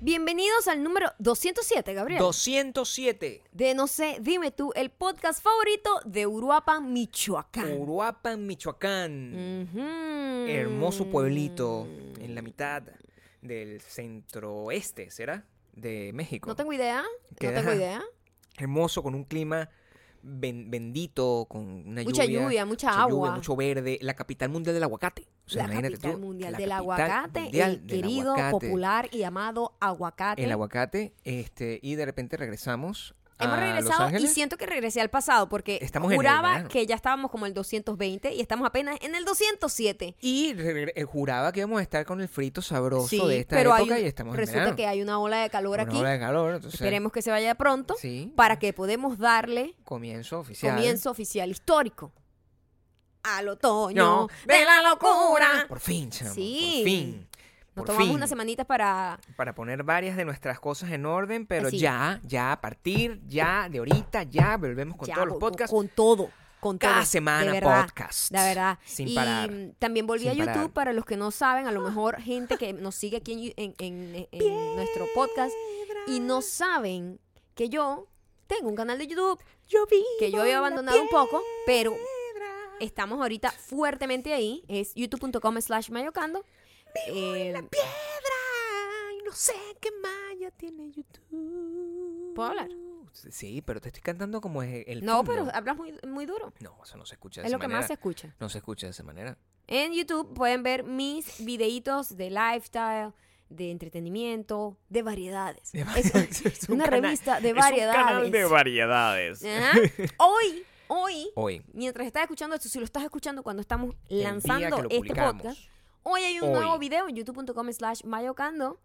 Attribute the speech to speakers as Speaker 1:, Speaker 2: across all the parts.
Speaker 1: Bienvenidos al número 207, Gabriel.
Speaker 2: 207.
Speaker 1: de no sé, dime tú, el podcast favorito de Uruapa, Michoacán.
Speaker 2: Uruapan, Michoacán.
Speaker 1: Ujú.
Speaker 2: Hermoso pueblito en la mitad del centro-oeste, ¿será? De México.
Speaker 1: No tengo idea.
Speaker 2: Que-
Speaker 1: No tengo
Speaker 2: ajá.
Speaker 1: idea.
Speaker 2: Hermoso, con un clima ben- bendito, con una
Speaker 1: Mucha lluvia, mucha agua.
Speaker 2: mucho verde. La capital mundial del aguacate. O sea,
Speaker 1: la
Speaker 2: imagínate
Speaker 1: capital
Speaker 2: tú,
Speaker 1: mundial
Speaker 2: la
Speaker 1: del
Speaker 2: capital
Speaker 1: aguacate,
Speaker 2: mundial
Speaker 1: el
Speaker 2: del
Speaker 1: querido,
Speaker 2: aguacate.
Speaker 1: popular y amado aguacate.
Speaker 2: El aguacate, este, y de repente regresamos
Speaker 1: Hemos
Speaker 2: a Ah, Los
Speaker 1: regresado y
Speaker 2: Ángeles.
Speaker 1: siento que regresé al pasado porque
Speaker 2: Estamos en el
Speaker 1: juraba
Speaker 2: verano.
Speaker 1: que ya estábamos como el 220 y estamos apenas en el 207.
Speaker 2: Y regre- eh, juraba que íbamos a estar con el frito sabroso
Speaker 1: Sí,
Speaker 2: de esta
Speaker 1: pero hay
Speaker 2: época
Speaker 1: un-
Speaker 2: y estamos en
Speaker 1: resulta
Speaker 2: verano.
Speaker 1: que hay una ola de calor
Speaker 2: Una
Speaker 1: aquí.
Speaker 2: ola de calor, entonces,
Speaker 1: Esperemos que se vaya pronto
Speaker 2: Sí.
Speaker 1: para que podemos darle
Speaker 2: comienzo oficial.
Speaker 1: comienzo oficial histórico al otoño
Speaker 2: No,
Speaker 1: de la locura.
Speaker 2: Por fin, chamo,
Speaker 1: Sí.
Speaker 2: por fin.
Speaker 1: Nos
Speaker 2: por
Speaker 1: tomamos
Speaker 2: fin.
Speaker 1: unas semanitas para
Speaker 2: Para poner varias de nuestras cosas en orden, pero
Speaker 1: Así.
Speaker 2: ya, ya, a partir, ya, de ahorita, ya, volvemos con
Speaker 1: ya,
Speaker 2: todos los
Speaker 1: con-
Speaker 2: podcasts.
Speaker 1: con todo, con
Speaker 2: Cada
Speaker 1: todo,
Speaker 2: semana
Speaker 1: de verdad,
Speaker 2: podcast.
Speaker 1: La verdad.
Speaker 2: Sin
Speaker 1: y
Speaker 2: parar.
Speaker 1: mm, también volví a
Speaker 2: Sin
Speaker 1: YouTube
Speaker 2: parar.
Speaker 1: para los que no saben, a lo mejor gente que nos sigue aquí en, Yu- en- en- en nuestro podcast y no saben que yo tengo un canal de YouTube
Speaker 2: Yo vi
Speaker 1: que yo había abandonado un poco, pero estamos ahorita fuertemente ahí. Es youtube.com slash mayocando. Eh,
Speaker 2: piedra y no sé qué maya tiene YouTube.
Speaker 1: ¿Puedo hablar?
Speaker 2: Sí, pero te estoy cantando como es el
Speaker 1: no,
Speaker 2: fondo.
Speaker 1: pero hablas muy, muy duro.
Speaker 2: No, eso no se escucha de
Speaker 1: Es
Speaker 2: esa
Speaker 1: lo que
Speaker 2: manera.
Speaker 1: más se escucha.
Speaker 2: No se escucha de esa manera.
Speaker 1: En YouTube pueden ver mis videitos de lifestyle, de entretenimiento, de variedades. Es
Speaker 2: Es un
Speaker 1: una
Speaker 2: canal-
Speaker 1: revista de
Speaker 2: es un
Speaker 1: variedades. Eh,
Speaker 2: canal de variedades.
Speaker 1: Ajá. Hoy, hoy,
Speaker 2: Hoy.
Speaker 1: mientras estás escuchando esto, si lo estás escuchando cuando estamos
Speaker 2: día
Speaker 1: lanzando
Speaker 2: que lo
Speaker 1: este
Speaker 2: publicamos.
Speaker 1: podcast, hoy hay un
Speaker 2: Hoy.
Speaker 1: nuevo video en youtube.com slash mayocando.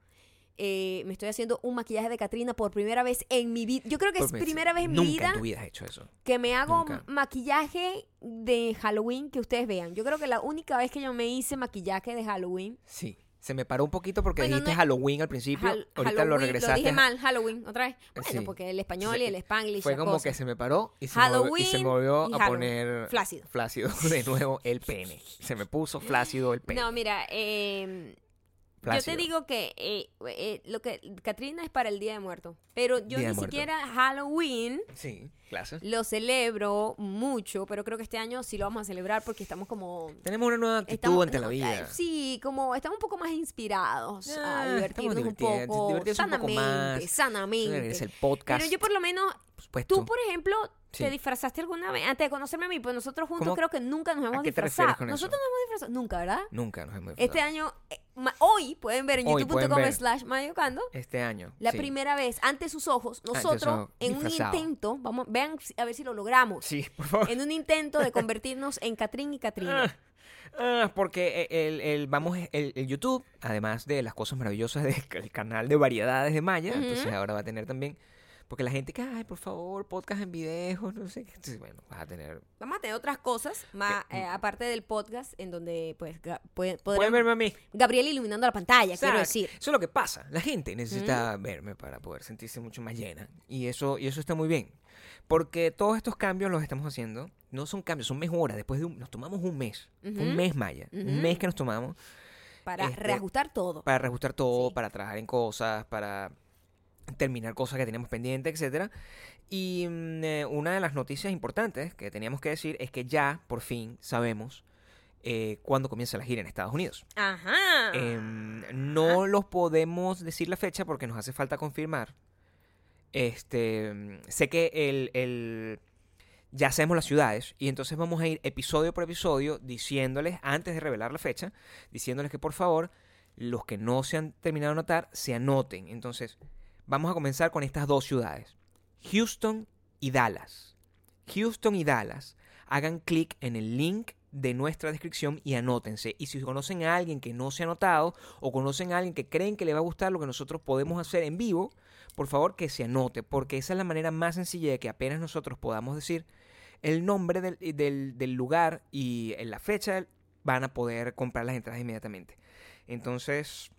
Speaker 1: Eh, me estoy haciendo un maquillaje de Katrina por primera vez en mi vida. Yo creo que
Speaker 2: Por
Speaker 1: es
Speaker 2: primera-
Speaker 1: primera vez en mi
Speaker 2: Nunca
Speaker 1: vida
Speaker 2: en tu vida has hecho eso.
Speaker 1: que me hago
Speaker 2: Nunca.
Speaker 1: maquillaje de Halloween que ustedes vean. Yo creo que la única vez que yo me hice maquillaje de Halloween.
Speaker 2: Sí. Se me paró un poquito porque
Speaker 1: Bueno,
Speaker 2: dijiste
Speaker 1: no-
Speaker 2: Halloween al principio.
Speaker 1: Hal-
Speaker 2: Ahorita
Speaker 1: Halloween,
Speaker 2: lo regresaste.
Speaker 1: dije mal, Halloween, otra vez. Bueno,
Speaker 2: Sí.
Speaker 1: porque el español y
Speaker 2: Se-
Speaker 1: el spanglish.
Speaker 2: Fue
Speaker 1: la
Speaker 2: como
Speaker 1: cosa.
Speaker 2: que se me paró y se
Speaker 1: Halloween
Speaker 2: movió, y se movió
Speaker 1: y
Speaker 2: a
Speaker 1: Halloween.
Speaker 2: poner
Speaker 1: Flácido.
Speaker 2: flácido de nuevo el pene. Se me puso flácido el pene.
Speaker 1: No, mira, eh, yo
Speaker 2: Flácido.
Speaker 1: te digo que eh, eh, lo que Katrina es para el Día de Muerto, pero yo
Speaker 2: Día de
Speaker 1: ni
Speaker 2: Muerto.
Speaker 1: siquiera Halloween
Speaker 2: Sí, claro.
Speaker 1: lo celebro mucho, pero creo que este año sí lo vamos a celebrar porque estamos como
Speaker 2: Tenemos una nueva actitud
Speaker 1: Estamos-
Speaker 2: ante la
Speaker 1: no, eh,
Speaker 2: vida.
Speaker 1: Sí, como estamos un poco más inspirados a
Speaker 2: Ah, estamos
Speaker 1: divertirnos un
Speaker 2: divirtiendo,
Speaker 1: poco
Speaker 2: divertirse un poco
Speaker 1: sanamente,
Speaker 2: más. Es
Speaker 1: sanamente.
Speaker 2: el podcast.
Speaker 1: Pero yo por lo menos,
Speaker 2: por supuesto.
Speaker 1: tú por ejemplo,
Speaker 2: Sí.
Speaker 1: te disfrazaste alguna vez antes de conocerme a mí, pues nosotros juntos
Speaker 2: ¿Cómo?
Speaker 1: creo que nunca nos hemos
Speaker 2: qué te
Speaker 1: disfrazado.
Speaker 2: refieres con eso?
Speaker 1: nosotros no hemos disfrazado nunca, ¿verdad?
Speaker 2: Nunca nos hemos
Speaker 1: Este
Speaker 2: disfrazado.
Speaker 1: año, eh, ma- hoy pueden ver en
Speaker 2: Hoy pueden
Speaker 1: youtube.com
Speaker 2: ver.
Speaker 1: slash mayocando.
Speaker 2: Este año.
Speaker 1: La
Speaker 2: sí.
Speaker 1: primera vez, ante sus ojos,
Speaker 2: sus
Speaker 1: nosotros
Speaker 2: ojos,
Speaker 1: en un
Speaker 2: disfrazado.
Speaker 1: intento, vamos, vean si- a ver si lo logramos.
Speaker 2: Sí, por favor.
Speaker 1: En un intento de convertirnos en Catrín y Catrina.
Speaker 2: Ah, porque el, el- vamos el, el YouTube, además de las cosas maravillosas del canal de variedades de Maya,
Speaker 1: Ujú.
Speaker 2: entonces ahora va a tener también porque la gente que, ay, por favor, podcast en videos, no sé qué. Entonces, bueno, vas a tener.
Speaker 1: Vamos a tener otras cosas, más, eh, aparte del podcast, en donde pues ga- puede- podrán-
Speaker 2: Pueden verme a mí.
Speaker 1: Gabriel iluminando la pantalla, quiero
Speaker 2: Exacto.
Speaker 1: decir.
Speaker 2: Eso es lo que pasa. La gente necesita verme para poder sentirse mucho más llena. Y eso, y eso está muy bien. Porque todos estos cambios los estamos haciendo. No son cambios, son mejoras. Después de un- nos tomamos un mes. Fue
Speaker 1: Ujú.
Speaker 2: Un mes maya.
Speaker 1: Ujú.
Speaker 2: Un mes que nos tomamos
Speaker 1: Para
Speaker 2: Este,
Speaker 1: reajustar todo.
Speaker 2: para reajustar todo,
Speaker 1: Sí.
Speaker 2: para trabajar en cosas, para terminar cosas que teníamos pendientes, etcétera. Y mm, eh, una de las noticias importantes que teníamos que decir es que ya por fin sabemos eh, cuándo comienza la gira en Estados Unidos.
Speaker 1: Ajá.
Speaker 2: Em, no los podemos decir la fecha porque nos hace falta confirmar. Este, mm, sé que el, el- ya sabemos las ciudades y entonces vamos a ir episodio por episodio diciéndoles antes de revelar la fecha, diciéndoles que por favor los que no se han terminado de anotar se anoten. Entonces vamos a comenzar con estas dos ciudades, Houston y Dallas. Houston y Dallas hagan clic en el link de nuestra descripción y anótense. Y si conocen a alguien que no se ha anotado o conocen a alguien que creen que le va a gustar lo que nosotros podemos hacer en vivo, por favor que se anote, porque esa es la manera más sencilla de que apenas nosotros podamos decir el nombre del, del- del lugar y en la fecha van a poder comprar las entradas inmediatamente. Entonces,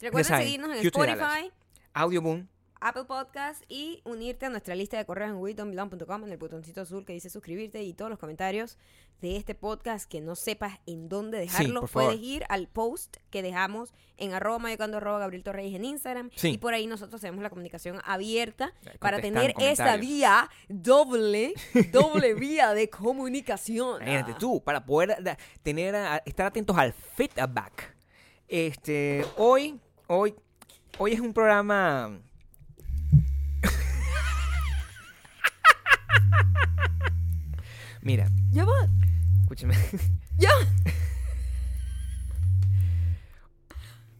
Speaker 1: Recuerden
Speaker 2: ya saben,
Speaker 1: seguirnos en
Speaker 2: Houston y
Speaker 1: Spotify,
Speaker 2: Dallas. Audioboom,
Speaker 1: Apple Podcast y unirte a nuestra lista de correos en www.donbelong.com en el botoncito azul que dice suscribirte y todos los comentarios de este podcast que no sepas en dónde dejarlo,
Speaker 2: por favor.
Speaker 1: puedes ir al post que dejamos en arroba mayocando arroba Gabriel Torreyes en Instagram
Speaker 2: Sí.
Speaker 1: y por ahí nosotros tenemos la comunicación abierta
Speaker 2: Contestan
Speaker 1: para tener esa
Speaker 2: comentarios.
Speaker 1: vía doble, doble vía de comunicación.
Speaker 2: Imagínate tú, para poder da- tener a- estar atentos al feedback. Este, hoy, hoy, hoy es un programa. Mira,
Speaker 1: Ya va,
Speaker 2: escúchame.
Speaker 1: ya.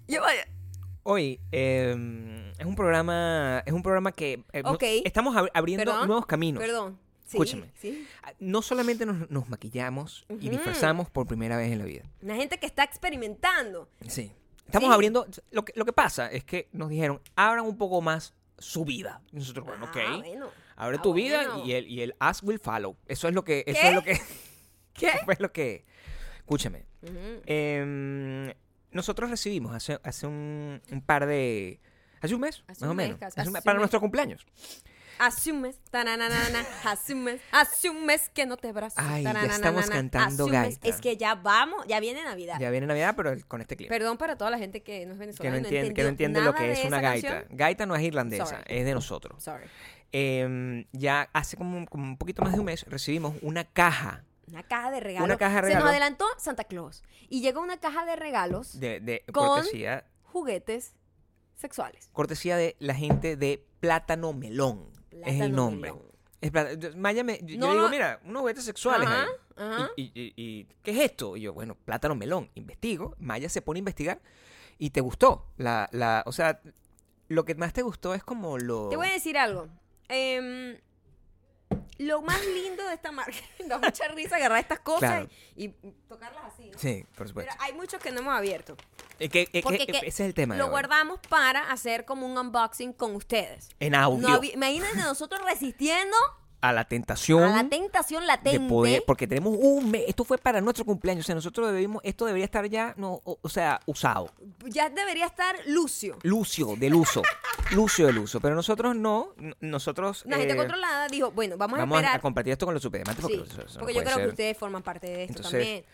Speaker 1: ya va. ya.
Speaker 2: Hoy eh, es un programa, es un programa que eh, no-
Speaker 1: Ok.
Speaker 2: estamos ab- abriendo
Speaker 1: Perdón,
Speaker 2: nuevos caminos.
Speaker 1: Perdón. Sí,
Speaker 2: Escúchame.
Speaker 1: sí.
Speaker 2: Ah, No solamente nos, nos maquillamos y
Speaker 1: Ujú.
Speaker 2: disfrazamos por primera vez en la vida.
Speaker 1: Una gente que está experimentando.
Speaker 2: Sí. Estamos
Speaker 1: Sí.
Speaker 2: abriendo. Lo que, lo que pasa es que nos dijeron, abran un poco más su vida. Y nosotros, bueno,
Speaker 1: Ah,
Speaker 2: ok.
Speaker 1: bueno.
Speaker 2: Abre
Speaker 1: Ah,
Speaker 2: tu vida
Speaker 1: bueno.
Speaker 2: y el, y el as will follow. Eso es lo que. Eso
Speaker 1: ¿Qué?
Speaker 2: es lo que.
Speaker 1: ¿Qué?
Speaker 2: eso fue lo que. Escúchame.
Speaker 1: Ujú.
Speaker 2: em, nosotros recibimos hace, hace un, un par de. Hace un mes,
Speaker 1: Hace
Speaker 2: más o
Speaker 1: un mes,
Speaker 2: menos.
Speaker 1: casi,
Speaker 2: hace un
Speaker 1: hace
Speaker 2: mes,
Speaker 1: un
Speaker 2: para
Speaker 1: mes.
Speaker 2: nuestro cumpleaños.
Speaker 1: Asumes, tananana, asumes, asumes que no te abrazo.
Speaker 2: Ay, ya
Speaker 1: tananana,
Speaker 2: estamos cantando
Speaker 1: asumes.
Speaker 2: gaita.
Speaker 1: Es que ya vamos, ya viene Navidad.
Speaker 2: Ya viene Navidad, pero el- con este clip.
Speaker 1: Perdón para toda la gente que no es
Speaker 2: que no
Speaker 1: venezolana.
Speaker 2: entiende, que no entiende lo que es una gaita. Gaita no es irlandesa,
Speaker 1: Sorry.
Speaker 2: es de nosotros.
Speaker 1: Sorry.
Speaker 2: Em, ya hace como, como un poquito más de un mes recibimos una caja
Speaker 1: Una caja de regalos.
Speaker 2: Una caja de
Speaker 1: Se
Speaker 2: regalos.
Speaker 1: nos adelantó Santa Claus. Y llegó una caja de regalos,
Speaker 2: de, de
Speaker 1: Con-
Speaker 2: cortesía,
Speaker 1: juguetes sexuales.
Speaker 2: cortesía de la gente de Plátano Melón. es el
Speaker 1: Plátano
Speaker 2: nombre.
Speaker 1: melón.
Speaker 2: Es plata- yo- Maya me- yo, yo
Speaker 1: No,
Speaker 2: digo,
Speaker 1: no.
Speaker 2: mira, unos juguetes sexuales
Speaker 1: Ajá,
Speaker 2: ahí.
Speaker 1: ajá.
Speaker 2: Y, y- y- y, ¿qué es esto? Y yo, bueno, plátano melón. Investigo. Maya se pone a investigar y te gustó. La, la, o sea, lo que más te gustó es como lo.
Speaker 1: Te voy a decir algo. Em, lo más lindo de esta marca, da mucha risa agarrar estas cosas
Speaker 2: Claro.
Speaker 1: y, y tocarlas así. ¿no?
Speaker 2: Sí, por
Speaker 1: Pero
Speaker 2: supuesto.
Speaker 1: hay muchos que no hemos abierto.
Speaker 2: Es que- es que-
Speaker 1: Porque que
Speaker 2: ese es el tema. de
Speaker 1: Lo
Speaker 2: hoy.
Speaker 1: guardamos para hacer como un unboxing con ustedes.
Speaker 2: En
Speaker 1: No
Speaker 2: audio.
Speaker 1: habí- imagínense nosotros resistiendo
Speaker 2: A la tentación.
Speaker 1: a la tentación
Speaker 2: de
Speaker 1: latente.
Speaker 2: poder, porque tenemos un mes, esto fue para nuestro cumpleaños, o sea, nosotros debimos, esto debería estar ya, no, o, o sea, usado,
Speaker 1: Ya debería estar Lucio.
Speaker 2: lucio del uso, lucio del uso, pero nosotros no, n- nosotros...
Speaker 1: La gente
Speaker 2: eh,
Speaker 1: controlada dijo, bueno, vamos,
Speaker 2: Vamos
Speaker 1: a
Speaker 2: a,
Speaker 1: esperar.
Speaker 2: a compartir esto con los superdiamantes porque,
Speaker 1: Sí,
Speaker 2: eso- eso no
Speaker 1: porque yo
Speaker 2: puede
Speaker 1: creo que
Speaker 2: ser.
Speaker 1: ustedes forman parte de esto
Speaker 2: Entonces,
Speaker 1: también.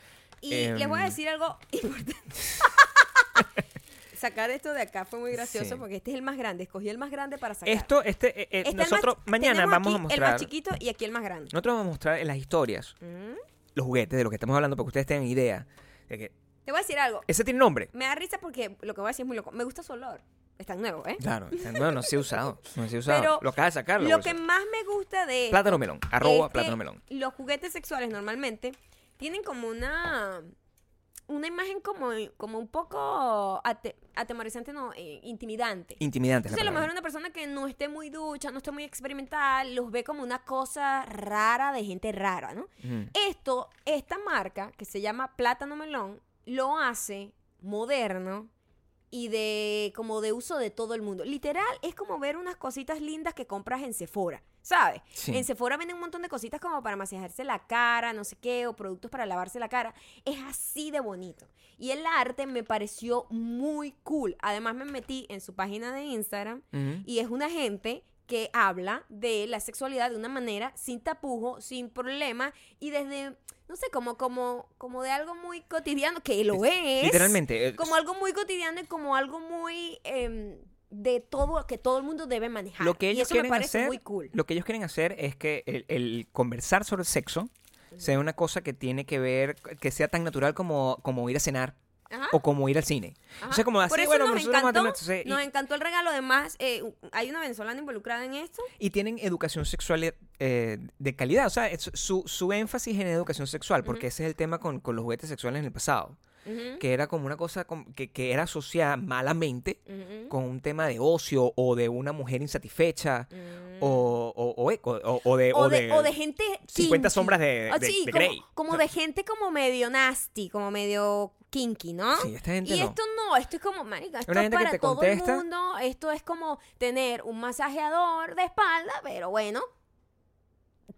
Speaker 1: Y
Speaker 2: em,
Speaker 1: les voy a decir algo importante. Sacar esto de acá fue muy gracioso
Speaker 2: Sí.
Speaker 1: porque este es el más grande. Escogí el más grande para sacar.
Speaker 2: Esto, este, eh, eh,
Speaker 1: Está el más
Speaker 2: nosotros
Speaker 1: chi-
Speaker 2: mañana
Speaker 1: tenemos
Speaker 2: vamos
Speaker 1: aquí
Speaker 2: a
Speaker 1: El más
Speaker 2: mostrar,
Speaker 1: chiquito y aquí el más grande.
Speaker 2: nosotros vamos a mostrar en las historias
Speaker 1: Mm.
Speaker 2: los juguetes de lo que estamos hablando para que ustedes tengan idea de que
Speaker 1: Te voy a decir algo.
Speaker 2: ese tiene nombre.
Speaker 1: Me da risa porque lo que voy a decir es muy loco. Me gusta su olor. Está nuevo, ¿eh?
Speaker 2: Claro, no, no se ha usado, no se ha usado,
Speaker 1: Pero
Speaker 2: lo acabas de sacar, la
Speaker 1: Lo
Speaker 2: bolsa.
Speaker 1: que más me este gusta de esto
Speaker 2: plátano melón, arroba
Speaker 1: es que
Speaker 2: plátano melón.
Speaker 1: Los juguetes sexuales normalmente tienen como una una imagen como, como un poco ate- atemorizante, no, eh, intimidante.
Speaker 2: Intimidante. es la
Speaker 1: Entonces, a lo
Speaker 2: palabra.
Speaker 1: mejor una persona que no esté muy ducha, no esté muy experimental, los ve como una cosa rara de gente rara, ¿no?
Speaker 2: Ujú.
Speaker 1: Esto, esta marca que se llama Plátano Melón, lo hace moderno y de como de uso de todo el mundo. Literal, es como ver unas cositas lindas que compras en Sephora, ¿sabes?
Speaker 2: Sí.
Speaker 1: En Sephora venden un montón de cositas como para masajearse la cara, no sé qué, o productos para lavarse la cara. Es así de bonito. Y el arte me pareció muy cool. Además me metí en su página de Instagram
Speaker 2: Ujú.
Speaker 1: y es una gente que habla de la sexualidad de una manera sin tapujo, sin problema y desde no sé, como como como de algo muy cotidiano que lo es.
Speaker 2: Literalmente. eh,
Speaker 1: Como algo muy cotidiano y como algo muy em, de todo que todo el mundo debe manejar.
Speaker 2: Lo que
Speaker 1: y
Speaker 2: ellos
Speaker 1: eso me
Speaker 2: quieren
Speaker 1: parece
Speaker 2: hacer,
Speaker 1: muy cool.
Speaker 2: lo que ellos quieren hacer es que el, el conversar sobre sexo sea una cosa que tiene que ver, que sea tan natural como, como ir a cenar
Speaker 1: Ajá.
Speaker 2: o como ir al cine.
Speaker 1: Ah. Ajá.
Speaker 2: O sea, como así,
Speaker 1: Por eso
Speaker 2: bueno,
Speaker 1: nos
Speaker 2: nosotros vamos a
Speaker 1: encantó,
Speaker 2: tener- entonces, y-
Speaker 1: nos encantó el regalo. Además, eh, hay una venezolana involucrada en esto.
Speaker 2: y, tienen educación sexual eh, de calidad. O sea, es- su, su énfasis en educación sexual, porque ese es el tema con, con los juguetes sexuales en el pasado,
Speaker 1: Ujú,
Speaker 2: que era como una cosa com- que, que era asociada malamente
Speaker 1: ujú,
Speaker 2: con un tema de ocio o de una mujer insatisfecha
Speaker 1: ujú.
Speaker 2: o, o, o- o- eh, o de...
Speaker 1: Mm. o, de, o de gente
Speaker 2: 50
Speaker 1: kinky.
Speaker 2: sombras de-
Speaker 1: Ah,
Speaker 2: de-
Speaker 1: sí,
Speaker 2: de
Speaker 1: como,
Speaker 2: Grey.
Speaker 1: como de gente como medio nasty como medio kinky no
Speaker 2: Sí, esta gente
Speaker 1: y
Speaker 2: no.
Speaker 1: esto no esto es como marica esto
Speaker 2: Una
Speaker 1: es
Speaker 2: gente que
Speaker 1: para
Speaker 2: te
Speaker 1: todo
Speaker 2: contesta.
Speaker 1: el mundo esto es como tener un masajeador de espalda pero bueno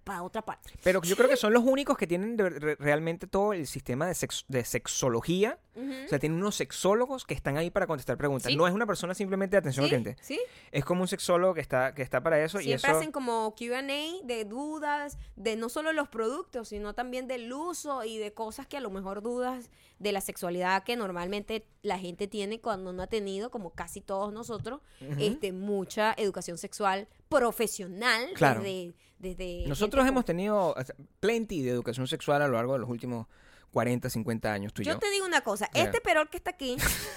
Speaker 1: para otra parte
Speaker 2: Pero yo creo que son los únicos que tienen de- re- realmente todo el sistema de, sex- de sexología O sea, tiene unos sexólogos que están ahí para contestar preguntas.
Speaker 1: Mm. Sí.
Speaker 2: No es una persona simplemente de atención
Speaker 1: ¿Sí?
Speaker 2: al cliente.
Speaker 1: ¿Sí?
Speaker 2: Es como un sexólogo que está, que está para eso. y
Speaker 1: Siempre
Speaker 2: eso...
Speaker 1: hacen como QA de dudas, de no solo los productos, sino también del uso y de cosas que a lo mejor dudas de la sexualidad que normalmente la gente tiene cuando no ha tenido, como casi todos nosotros,
Speaker 2: Ujú.
Speaker 1: este, mucha educación sexual profesional
Speaker 2: Claro.
Speaker 1: desde, desde
Speaker 2: Nosotros
Speaker 1: gente
Speaker 2: hemos
Speaker 1: con-
Speaker 2: tenido o sea, plenty de educación sexual a lo largo de los últimos 40, 50 años, tú y yo.
Speaker 1: Yo, te digo una cosa,
Speaker 2: Claro.
Speaker 1: este perol que está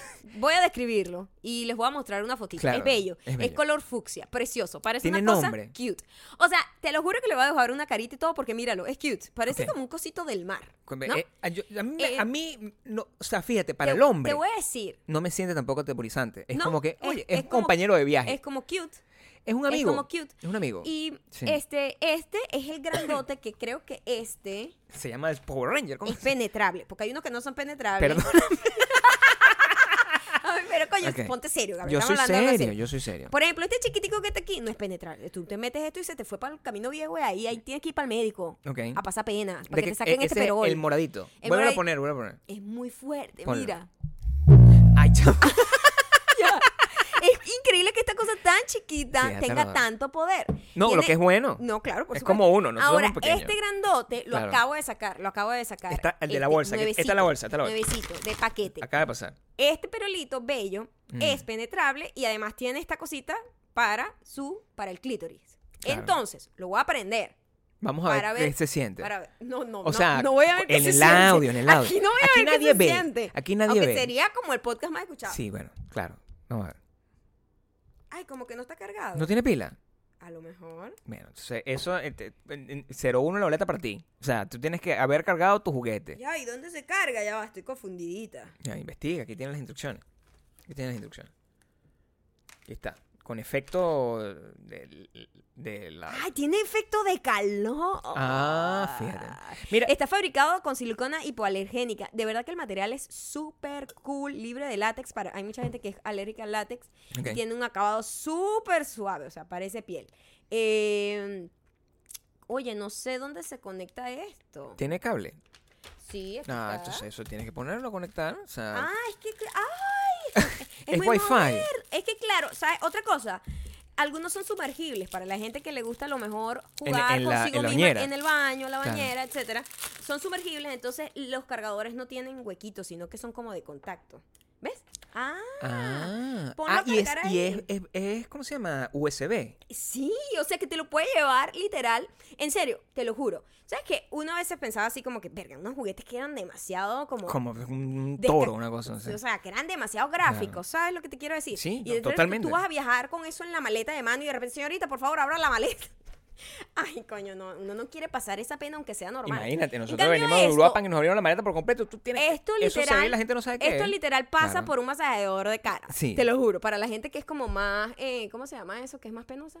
Speaker 1: aquí, voy a describirlo y les voy a mostrar una fotito.
Speaker 2: Claro,
Speaker 1: es, bello,
Speaker 2: es
Speaker 1: es
Speaker 2: bello.
Speaker 1: color fucsia, precioso, parece
Speaker 2: Tiene
Speaker 1: una cosa
Speaker 2: nombre.
Speaker 1: cute. O sea, te lo juro que le voy a dejar una carita y todo porque míralo, es cute, parece
Speaker 2: Ok.
Speaker 1: como un cosito del mar.
Speaker 2: Con-
Speaker 1: ¿no?
Speaker 2: eh, a, yo- a mí, me-
Speaker 1: Eh,
Speaker 2: a mí no, o sea, fíjate, para
Speaker 1: Te-
Speaker 2: el hombre
Speaker 1: Te voy a decir.
Speaker 2: no me siente tampoco atemorizante. Es
Speaker 1: no,
Speaker 2: como que, oye, es, un
Speaker 1: como-
Speaker 2: compañero de viaje.
Speaker 1: Es
Speaker 2: Es,
Speaker 1: como cute.
Speaker 2: un amigo.
Speaker 1: Es como cute.
Speaker 2: Es un amigo.
Speaker 1: Y
Speaker 2: Sí.
Speaker 1: este, este es el grandote que creo que este
Speaker 2: Se llama el Power Ranger. ¿cómo
Speaker 1: es
Speaker 2: se-
Speaker 1: penetrable. Porque hay unos que no son penetrables.
Speaker 2: Perdón,
Speaker 1: Ay, pero coño,
Speaker 2: Ok.
Speaker 1: ponte serio, Gabriel.
Speaker 2: yo soy
Speaker 1: estamos hablando de algo
Speaker 2: serio,
Speaker 1: serio.
Speaker 2: yo soy serio.
Speaker 1: Por ejemplo, este chiquitico que está aquí no es penetrable. Tú te metes esto y se te fue para el camino viejo y ahí, ahí tienes que ir para el médico.
Speaker 2: Ok.
Speaker 1: A pasar pena. Para
Speaker 2: De
Speaker 1: que,
Speaker 2: que-
Speaker 1: te saquen
Speaker 2: e-
Speaker 1: este
Speaker 2: ese,
Speaker 1: perol.
Speaker 2: El moradito.
Speaker 1: El
Speaker 2: vuelve a
Speaker 1: moradi-
Speaker 2: poner, vuelve a poner.
Speaker 1: es muy fuerte,
Speaker 2: Ponlo.
Speaker 1: mira.
Speaker 2: Ay, chamo.
Speaker 1: Ya. es increíble que esta cosa tan chiquita
Speaker 2: Fíjate,
Speaker 1: tenga
Speaker 2: Rodolfo.
Speaker 1: tanto poder.
Speaker 2: No, lo
Speaker 1: Tiene-
Speaker 2: que es bueno.
Speaker 1: No, claro, por
Speaker 2: Es
Speaker 1: supuesto.
Speaker 2: como uno, nosotros
Speaker 1: Ahora,
Speaker 2: somos pequeños.
Speaker 1: este grandote lo
Speaker 2: Claro.
Speaker 1: acabo de sacar, lo acabo de sacar.
Speaker 2: Está el de la
Speaker 1: Este,
Speaker 2: bolsa, que- esta es la
Speaker 1: nuevecito,
Speaker 2: bolsa, esta es la bolsa.
Speaker 1: Nuevecito, de paquete.
Speaker 2: Acaba de pasar.
Speaker 1: Este perolito bello
Speaker 2: Mm.
Speaker 1: es penetrable y además tiene esta cosita para su, para el clítoris.
Speaker 2: Claro.
Speaker 1: Entonces, lo voy a aprender.
Speaker 2: Vamos a
Speaker 1: Para
Speaker 2: ver, qué
Speaker 1: ver-
Speaker 2: se siente.
Speaker 1: Para ver. No, no,
Speaker 2: O
Speaker 1: no,
Speaker 2: sea,
Speaker 1: no voy a ver qué
Speaker 2: en
Speaker 1: se
Speaker 2: el
Speaker 1: siente.
Speaker 2: audio, en el audio.
Speaker 1: Aquí no voy a
Speaker 2: Aquí
Speaker 1: ver qué
Speaker 2: nadie
Speaker 1: se
Speaker 2: ve,
Speaker 1: siente.
Speaker 2: aquí nadie
Speaker 1: Aunque
Speaker 2: ve.
Speaker 1: sería como el podcast más escuchado.
Speaker 2: Sí, bueno, claro. Vamos a ver.
Speaker 1: Ay, como que no está cargado.
Speaker 2: ¿No tiene pila?
Speaker 1: A lo mejor.
Speaker 2: Bueno, entonces eso, eh, te- en- en- 0-1 la boleta para ti. O sea, tú tienes que haber cargado tu juguete.
Speaker 1: Ya, ¿y dónde se carga? Ya va, estoy confundidita.
Speaker 2: Ya, investiga, aquí tienen las instrucciones. Aquí tienen las instrucciones. Aquí está. Con efecto de, de la...
Speaker 1: Ay, tiene efecto de calor.
Speaker 2: Ah, fíjate. Mira,
Speaker 1: Está fabricado con silicona hipoalergénica. De verdad que el material es súper cool, libre de látex. Para, hay mucha gente que es alérgica al látex. y
Speaker 2: Ok.
Speaker 1: tiene un acabado súper suave, o sea, parece piel. Eh, oye, no sé dónde se conecta esto.
Speaker 2: ¿Tiene cable?
Speaker 1: Sí, aquí
Speaker 2: Ah,
Speaker 1: está.
Speaker 2: entonces eso tienes que ponerlo, conectar. O sea,
Speaker 1: Ah, es que... ¡Ay!
Speaker 2: Es
Speaker 1: muy
Speaker 2: Wi-Fi.
Speaker 1: moderno. Es que claro, ¿sabes? Otra cosa. Algunos son sumergibles para la gente que le gusta a lo mejor
Speaker 2: En-
Speaker 1: jugar
Speaker 2: en la-
Speaker 1: consigo
Speaker 2: en la
Speaker 1: misma
Speaker 2: bañera.
Speaker 1: en el baño, la
Speaker 2: Claro.
Speaker 1: bañera, etcétera. Son sumergibles, entonces los cargadores no tienen huequitos, sino que son como de contacto. ¿Ves? Ah,
Speaker 2: Ah,
Speaker 1: ponlo
Speaker 2: ah,
Speaker 1: a
Speaker 2: y, es,
Speaker 1: cargar
Speaker 2: y
Speaker 1: ahí.
Speaker 2: es, es- es- ¿cómo se llama? USB.
Speaker 1: Sí, o sea que te lo puede llevar literal. En serio, te lo juro. ¿Sabes que Uno a veces pensaba así como que, verga, unos juguetes que eran demasiado como...
Speaker 2: Como un
Speaker 1: desca-
Speaker 2: toro, una cosa así.
Speaker 1: O sea, que eran demasiado gráficos, ¿sabes lo que te quiero decir?
Speaker 2: Sí,
Speaker 1: y
Speaker 2: no,
Speaker 1: entonces
Speaker 2: totalmente.
Speaker 1: Tú vas a viajar con eso en la maleta de mano y de repente, señorita, por favor, abra la maleta. Ay, coño, no, uno no quiere pasar esa pena aunque sea normal.
Speaker 2: Imagínate,
Speaker 1: En
Speaker 2: nosotros
Speaker 1: cambio,
Speaker 2: venimos de
Speaker 1: esto-
Speaker 2: Europa y nos abrieron la maleta por completo. Tú tienes que-
Speaker 1: esto
Speaker 2: eso
Speaker 1: literal,
Speaker 2: se ve y la gente no sabe qué
Speaker 1: esto
Speaker 2: es.
Speaker 1: literal pasa
Speaker 2: Claro.
Speaker 1: por un masaje de oro de cara.
Speaker 2: Sí.
Speaker 1: Te lo juro, para la gente que es como más, eh, ¿cómo se llama eso? Que es más penosa.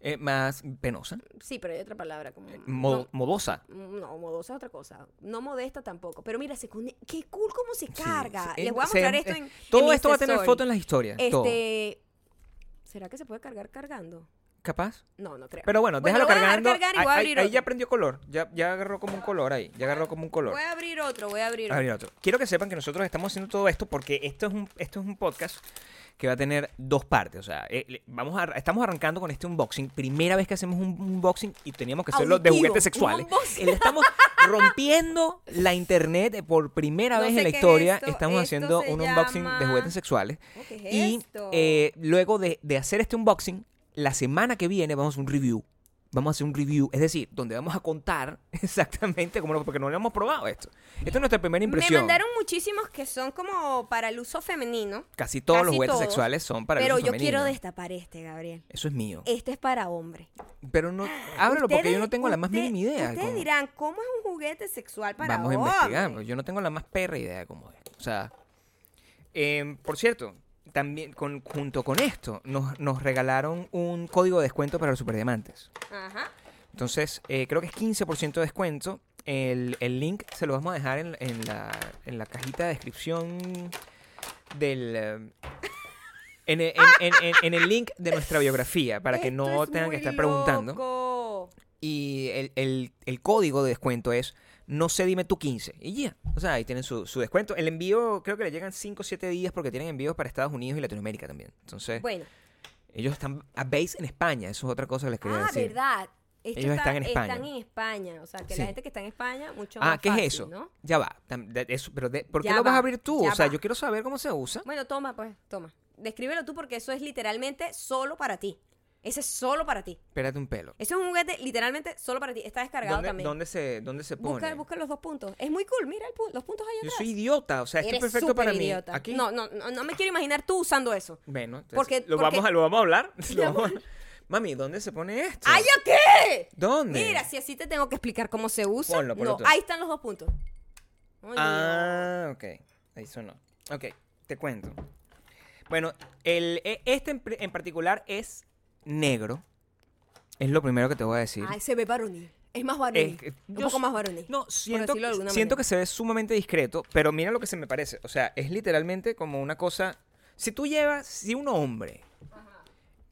Speaker 2: Eh, más penosa,
Speaker 1: Sí, pero hay otra palabra como...
Speaker 2: Eh, mo-
Speaker 1: no-
Speaker 2: modosa.
Speaker 1: No, modosa es otra cosa. No modesta tampoco. Pero mira, se conde- qué cool cómo se
Speaker 2: Sí,
Speaker 1: carga.
Speaker 2: sí,
Speaker 1: Les voy a
Speaker 2: se-
Speaker 1: mostrar
Speaker 2: eh,
Speaker 1: esto en.
Speaker 2: Todo
Speaker 1: en
Speaker 2: esto va a
Speaker 1: Insta
Speaker 2: tener
Speaker 1: Story.
Speaker 2: foto en las historias. todo.
Speaker 1: Este. ¿Será que se puede cargar cargando?
Speaker 2: Capaz.
Speaker 1: No, no creo.
Speaker 2: Pero bueno,
Speaker 1: Bueno,
Speaker 2: déjalo
Speaker 1: lo voy a dejar
Speaker 2: cargando.
Speaker 1: cargar y
Speaker 2: Ahí-
Speaker 1: voy a
Speaker 2: ahí-
Speaker 1: abrir
Speaker 2: ahí
Speaker 1: otro.
Speaker 2: ya prendió color. Ya, ya agarró como un color ahí. Ya agarró como un color.
Speaker 1: Voy a abrir otro, voy a abrir otro.
Speaker 2: Abrir otro. Quiero que sepan que nosotros estamos haciendo todo esto porque esto es un, esto es un podcast que va a tener dos partes. O sea, eh, le- vamos a, estamos arrancando con este unboxing. Primera vez que hacemos un unboxing y teníamos que hacerlo de
Speaker 1: Auditivo,
Speaker 2: juguetes
Speaker 1: un
Speaker 2: sexuales.
Speaker 1: unboxing.
Speaker 2: Le estamos rompiendo la internet por primera
Speaker 1: No
Speaker 2: vez
Speaker 1: sé
Speaker 2: en la
Speaker 1: qué es
Speaker 2: historia.
Speaker 1: esto.
Speaker 2: Estamos
Speaker 1: Esto
Speaker 2: haciendo
Speaker 1: se
Speaker 2: un unboxing de
Speaker 1: llama-
Speaker 2: juguetes sexuales.
Speaker 1: Oh, ¿Qué es
Speaker 2: Y
Speaker 1: esto?
Speaker 2: eh, luego de, de hacer este unboxing, la semana que viene vamos a hacer un review. Vamos a hacer un review, es decir, donde vamos a contar exactamente cómo lo, porque no lo hemos probado esto. Esta es nuestra primera
Speaker 1: Me
Speaker 2: impresión.
Speaker 1: mandaron muchísimos que son como para el uso femenino.
Speaker 2: Casi todos los
Speaker 1: Casi
Speaker 2: juguetes
Speaker 1: todos.
Speaker 2: sexuales son para el
Speaker 1: Pero
Speaker 2: uso
Speaker 1: yo
Speaker 2: femenino.
Speaker 1: quiero destapar este, Gabriel.
Speaker 2: Eso es mío.
Speaker 1: Este es para hombre.
Speaker 2: Pero no, ábrelo porque yo no
Speaker 1: Ustedes-
Speaker 2: tengo la más
Speaker 1: usted-
Speaker 2: mínima idea. de
Speaker 1: Ustedes
Speaker 2: cómo-
Speaker 1: dirán, ¿cómo es un juguete sexual para
Speaker 2: Vamos a
Speaker 1: hombre?
Speaker 2: investigar, pues, yo no tengo la más perra idea de cómo es. O sea, em, por cierto, también con- junto con esto nos, nos regalaron un código de descuento para los superdiamantes.
Speaker 1: Ajá.
Speaker 2: Entonces, eh, creo que es 15% de descuento. El, el link se lo vamos a dejar en, en la, en la cajita de descripción del... eh, En, el- en- en- en- en el link de nuestra biografía, para que
Speaker 1: Esto
Speaker 2: no
Speaker 1: es
Speaker 2: tengan
Speaker 1: muy
Speaker 2: que estar preguntando.
Speaker 1: loco.
Speaker 2: Y el, el- el código de descuento es no sé, dime tú 15. Y ya, o sea, ahí tienen su, su descuento. El envío creo que le llegan 5 o 7 días porque tienen envíos para Estados Unidos y Latinoamérica también. Entonces,
Speaker 1: Bueno,
Speaker 2: ellos están a base en España, eso es otra cosa que les quería
Speaker 1: ah,
Speaker 2: decir.
Speaker 1: verdad. Esto
Speaker 2: Ellos están en España.
Speaker 1: Están en España. O sea, que
Speaker 2: Sí.
Speaker 1: la gente que está en España, mucho más
Speaker 2: Ah, ¿qué
Speaker 1: fácil,
Speaker 2: es eso?
Speaker 1: ¿no?
Speaker 2: Ya va. tam- de- eso- pero de- ¿Por qué
Speaker 1: Ya
Speaker 2: lo vas
Speaker 1: va,
Speaker 2: a abrir tú?
Speaker 1: ya
Speaker 2: O sea,
Speaker 1: va.
Speaker 2: yo quiero saber cómo se usa.
Speaker 1: Bueno, toma, pues, toma. Descríbelo tú porque eso es literalmente solo para ti. Ese es solo para ti.
Speaker 2: Espérate un pelo.
Speaker 1: Eso es un juguete literalmente solo para ti. Está descargado
Speaker 2: ¿Dónde,
Speaker 1: también.
Speaker 2: dónde se, ¿Dónde se pone?
Speaker 1: Busca, busca los dos puntos. Es muy cool. Mira el pu- los puntos ahí
Speaker 2: Yo
Speaker 1: atrás.
Speaker 2: soy idiota, o sea, esto es
Speaker 1: Eres
Speaker 2: perfecto
Speaker 1: súper
Speaker 2: para
Speaker 1: idiota.
Speaker 2: mí. Aquí.
Speaker 1: No, no, no, no me quiero imaginar tú usando eso.
Speaker 2: Bueno, entonces,
Speaker 1: Porque-
Speaker 2: lo,
Speaker 1: porque-
Speaker 2: Vamos a, lo vamos a hablar. Lo
Speaker 1: Ya,
Speaker 2: vamos a- Mami, ¿dónde se pone esto?
Speaker 1: ¡Ay, ya qué!
Speaker 2: ¿Dónde?
Speaker 1: Mira, si así te tengo que explicar cómo se usa.
Speaker 2: Ponlo, ponlo
Speaker 1: no,
Speaker 2: tú.
Speaker 1: ahí están los dos puntos. Ay,
Speaker 2: Ah, ok. Ahí sonó. Ok, te cuento. Bueno, el, e- este en, pri- en particular es negro. Es lo primero que te voy a decir.
Speaker 1: Dios. Ay, se ve varonil. Es más varonil.
Speaker 2: Es que-
Speaker 1: un
Speaker 2: yo
Speaker 1: poco
Speaker 2: s-
Speaker 1: más varonil.
Speaker 2: No, siento,
Speaker 1: decirlo de alguna
Speaker 2: siento
Speaker 1: manera.
Speaker 2: que se ve sumamente discreto, pero mira lo que se me parece. O sea, es literalmente como una cosa. Si tú llevas, si un hombre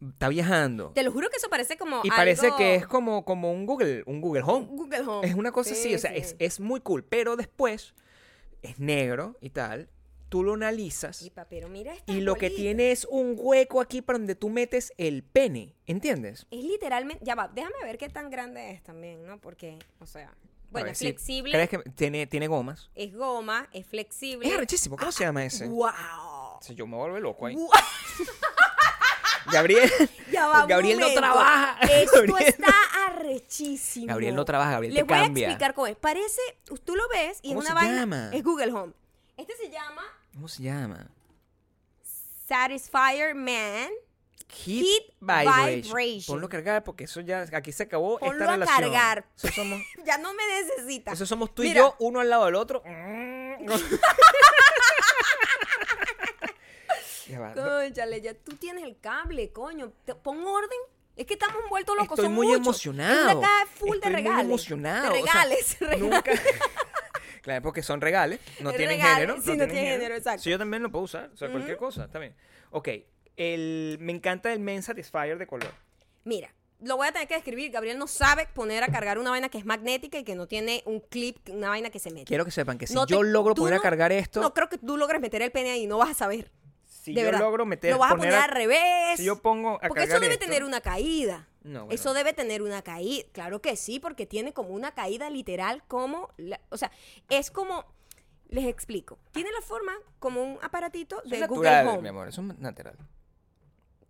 Speaker 2: está viajando
Speaker 1: Te lo juro que eso parece como
Speaker 2: y parece
Speaker 1: algo-
Speaker 2: que es como, como un Google, un Google Home.
Speaker 1: Google Home.
Speaker 2: Es una cosa
Speaker 1: Sí,
Speaker 2: así, o sea,
Speaker 1: sí.
Speaker 2: es, es muy cool. Pero después es negro y tal. Tú lo analizas
Speaker 1: Y pa, pero mira estas
Speaker 2: y lo que
Speaker 1: bolitas.
Speaker 2: tiene es un hueco aquí para donde tú metes el pene, ¿entiendes?
Speaker 1: Es literalmente. Ya va, déjame ver qué tan grande es también, ¿no? Porque, o sea. Bueno,
Speaker 2: A ver
Speaker 1: es
Speaker 2: si-
Speaker 1: flexible.
Speaker 2: ¿Crees que tiene, tiene gomas?
Speaker 1: Es goma, es flexible. Ah,
Speaker 2: Es arrechísimo, ¿cómo se llama ese?
Speaker 1: ¡Wow!
Speaker 2: Si yo me vuelvo loco ahí.
Speaker 1: Wow.
Speaker 2: Gabriel,
Speaker 1: Ya va, un
Speaker 2: Gabriel no
Speaker 1: momento.
Speaker 2: trabaja.
Speaker 1: Esto
Speaker 2: Gabriel no-
Speaker 1: está arrechísimo.
Speaker 2: Gabriel no trabaja, Gabriel
Speaker 1: Les
Speaker 2: te
Speaker 1: voy
Speaker 2: cambia.
Speaker 1: a explicar cómo es. Parece, tú lo ves y
Speaker 2: ¿Cómo
Speaker 1: es
Speaker 2: se
Speaker 1: una vaina.
Speaker 2: llama?
Speaker 1: Es Google Home. Este se llama
Speaker 2: ¿Cómo se llama?
Speaker 1: Satisfier Man.
Speaker 2: Heat,
Speaker 1: Heat
Speaker 2: vibration.
Speaker 1: vibration.
Speaker 2: Ponlo a cargar porque eso ya aquí se acabó
Speaker 1: Ponlo
Speaker 2: esta
Speaker 1: a
Speaker 2: relación.
Speaker 1: cargar.
Speaker 2: Eso somos,
Speaker 1: Ya no me necesita.
Speaker 2: eso somos tú y
Speaker 1: Mira.
Speaker 2: yo, uno al lado del otro. ya va.
Speaker 1: Cónchale, ya tú tienes el cable, coño. Te- pon orden. Es que estamos vueltos locos.
Speaker 2: Estoy
Speaker 1: son
Speaker 2: muy
Speaker 1: muchos.
Speaker 2: emocionado.
Speaker 1: Es una caja full
Speaker 2: Estoy
Speaker 1: de
Speaker 2: muy
Speaker 1: regales.
Speaker 2: emocionado,
Speaker 1: De
Speaker 2: o sea,
Speaker 1: regales. regales.
Speaker 2: Nunca. claro, porque son regales, no
Speaker 1: Es
Speaker 2: tienen
Speaker 1: regales,
Speaker 2: género.
Speaker 1: sí, no tienen género, exacto.
Speaker 2: Sí, yo también lo puedo usar, o sea, cualquier cosa, está bien. Ok, el, me encanta el Men Satisfier de color.
Speaker 1: Mira, lo voy a tener que describir. Gabriel no sabe poner a cargar una vaina que es magnética y que no tiene un clip, una vaina que se mete.
Speaker 2: Quiero que sepan que si
Speaker 1: No te-
Speaker 2: yo logro
Speaker 1: tú
Speaker 2: poner a
Speaker 1: no-
Speaker 2: cargar esto,
Speaker 1: No creo que tú logres meter el pene ahí, no vas a saber.
Speaker 2: si
Speaker 1: de
Speaker 2: yo
Speaker 1: verdad.
Speaker 2: logro meter,
Speaker 1: Lo vas a
Speaker 2: poner
Speaker 1: poner
Speaker 2: a-
Speaker 1: al revés.
Speaker 2: si yo pongo a
Speaker 1: Porque eso
Speaker 2: cargar
Speaker 1: debe
Speaker 2: esto-
Speaker 1: tener una caída.
Speaker 2: No, bueno.
Speaker 1: Eso debe tener una caída. Claro que sí, porque tiene como una caída literal, como. la- o sea, es como. Les explico. Tiene la forma como un aparatito
Speaker 2: Eso es
Speaker 1: de Google
Speaker 2: natural, mi
Speaker 1: Home.
Speaker 2: amor, eso es natural.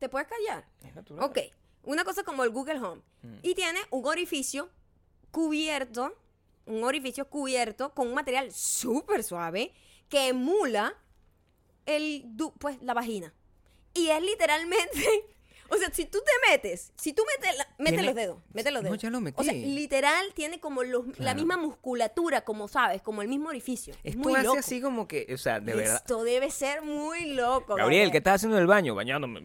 Speaker 1: ¿Te puedes callar?
Speaker 2: Es natural.
Speaker 1: Ok, una cosa como el Google Home.
Speaker 2: Mm.
Speaker 1: Y tiene un orificio cubierto, un orificio cubierto con un material súper suave que emula el, du- pues, la vagina. Y es literalmente, o sea, si tú te metes, si tú metes, la- metes
Speaker 2: Tiene-
Speaker 1: los dedos, metes los
Speaker 2: No,
Speaker 1: dedos.
Speaker 2: ya lo
Speaker 1: O sea,
Speaker 2: metí.
Speaker 1: literal tiene como los- la
Speaker 2: Claro.
Speaker 1: misma musculatura, como sabes, como el mismo orificio. Es
Speaker 2: Esto
Speaker 1: muy
Speaker 2: hace
Speaker 1: loco.
Speaker 2: así como que, o sea, de verdad.
Speaker 1: Esto debe ser muy loco.
Speaker 2: Gabriel, ¿qué estás haciendo en el baño? Bañándome.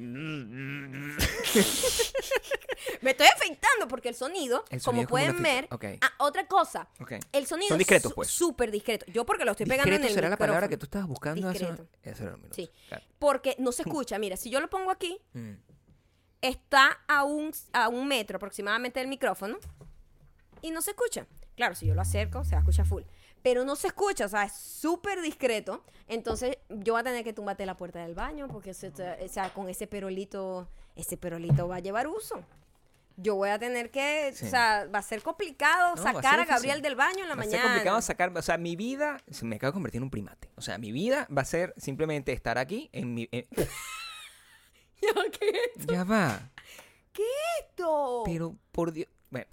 Speaker 1: Me estoy afeitando porque el sonido,
Speaker 2: El sonido
Speaker 1: como
Speaker 2: es como una
Speaker 1: pueden
Speaker 2: ficha-
Speaker 1: ver,
Speaker 2: ok.
Speaker 1: ah, otra cosa.
Speaker 2: Ok.
Speaker 1: El sonido
Speaker 2: Son
Speaker 1: es
Speaker 2: discretos,
Speaker 1: su-
Speaker 2: pues.
Speaker 1: súper discreto. Yo porque lo estoy pegando en
Speaker 2: Discreto
Speaker 1: el
Speaker 2: será la palabra que
Speaker 1: micrófono.
Speaker 2: tú estabas buscando hace
Speaker 1: Discreto.
Speaker 2: Eso era un minuto.
Speaker 1: Sí.
Speaker 2: Claro.
Speaker 1: Porque no se escucha, mira, si yo lo pongo aquí,
Speaker 2: Mm.
Speaker 1: está a un, a un metro aproximadamente del micrófono y no se escucha. Claro, si yo lo acerco, se va a escuchar full. Pero no se escucha, o sea, es súper discreto. Entonces, yo voy a tener que tumbarte la puerta del baño porque, se- se- o sea, con ese perolito, ese perolito va a llevar uso. Yo voy a tener que,
Speaker 2: Sí.
Speaker 1: o sea, va a ser complicado
Speaker 2: No, va a
Speaker 1: sacar
Speaker 2: ser
Speaker 1: a, Gabriel
Speaker 2: difícil.
Speaker 1: del baño en la
Speaker 2: va
Speaker 1: mañana.
Speaker 2: a ser complicado sacar, o sea, mi vida, se me acaba de convertir en un primate. O sea, mi vida va a ser simplemente estar aquí en mi... en-
Speaker 1: ¿Qué es
Speaker 2: ya va,
Speaker 1: esto?
Speaker 2: pero por Dios... Bueno,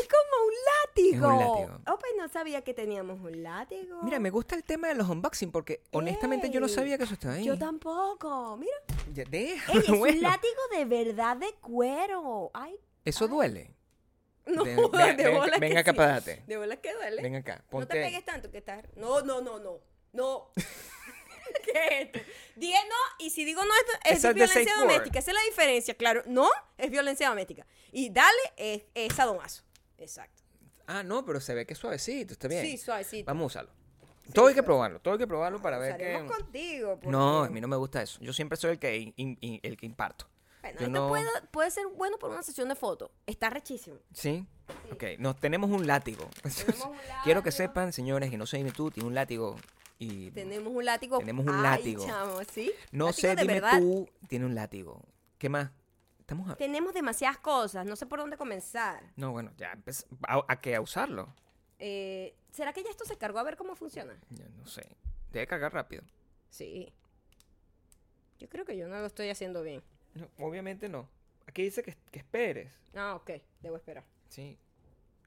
Speaker 1: Es como un látigo.
Speaker 2: Es un látigo.
Speaker 1: Oh, pues no sabía que teníamos un látigo.
Speaker 2: mira, me gusta el tema de los unboxing porque honestamente yo no
Speaker 1: Ey,
Speaker 2: sabía que eso estaba ahí.
Speaker 1: Yo tampoco. Mira.
Speaker 2: Ya,
Speaker 1: Ey,
Speaker 2: deja,
Speaker 1: es un
Speaker 2: bueno.
Speaker 1: látigo de verdad de cuero. Ay,
Speaker 2: Eso duele.
Speaker 1: no,
Speaker 2: Ven-
Speaker 1: de,
Speaker 2: ven- ven-
Speaker 1: bola que
Speaker 2: ven acá
Speaker 1: sí.
Speaker 2: para darte.
Speaker 1: De bola que duele.
Speaker 2: Ven acá,
Speaker 1: no te
Speaker 2: ponte...
Speaker 1: pegues tanto que estás. No, no, no, no. No. ¿Qué es esto? Dije no, y si digo no, esto es
Speaker 2: Esa es de
Speaker 1: violencia
Speaker 2: safe word.
Speaker 1: doméstica. Esa es la diferencia, claro. No, es violencia doméstica. Y dale es, es sadomaso. Exacto.
Speaker 2: ah, no, pero se ve que es suavecito, está bien.
Speaker 1: Sí, suavecito.
Speaker 2: Vamos a usarlo. todo hay que probarlo, todo hay que probarlo para ver que...
Speaker 1: Usaremos contigo.
Speaker 2: No, a
Speaker 1: porque-
Speaker 2: mí no me gusta eso. Yo siempre soy el que, in- in- el que imparto.
Speaker 1: Bueno,
Speaker 2: Yo
Speaker 1: esto
Speaker 2: no-
Speaker 1: puede, puede ser bueno por una sesión de fotos. Está rechísimo.
Speaker 2: ¿Sí? Ok, nos tenemos un látigo.
Speaker 1: Tenemos un
Speaker 2: Quiero que
Speaker 1: látigo.
Speaker 2: sepan, señores, que no sé ni tú, tiene un látigo y...
Speaker 1: Tenemos un látigo.
Speaker 2: Tenemos un
Speaker 1: Ay,
Speaker 2: látigo.
Speaker 1: chamo, ¿sí?
Speaker 2: No
Speaker 1: Látigo
Speaker 2: sé,
Speaker 1: de
Speaker 2: dime
Speaker 1: verdad.
Speaker 2: tú, tiene un látigo. ¿Qué más? Estamos a...
Speaker 1: Tenemos demasiadas cosas. No sé por dónde comenzar.
Speaker 2: No, bueno, ya empez- ¿A, a qué? ¿A usarlo?
Speaker 1: Eh, ¿Será que ya esto se cargó a ver cómo funciona?
Speaker 2: Yo no sé. Debe cargar rápido.
Speaker 1: Sí. Yo creo que yo no lo estoy haciendo bien.
Speaker 2: No, obviamente no. Aquí dice que, que esperes.
Speaker 1: Ah, ok. Debo esperar.
Speaker 2: Sí.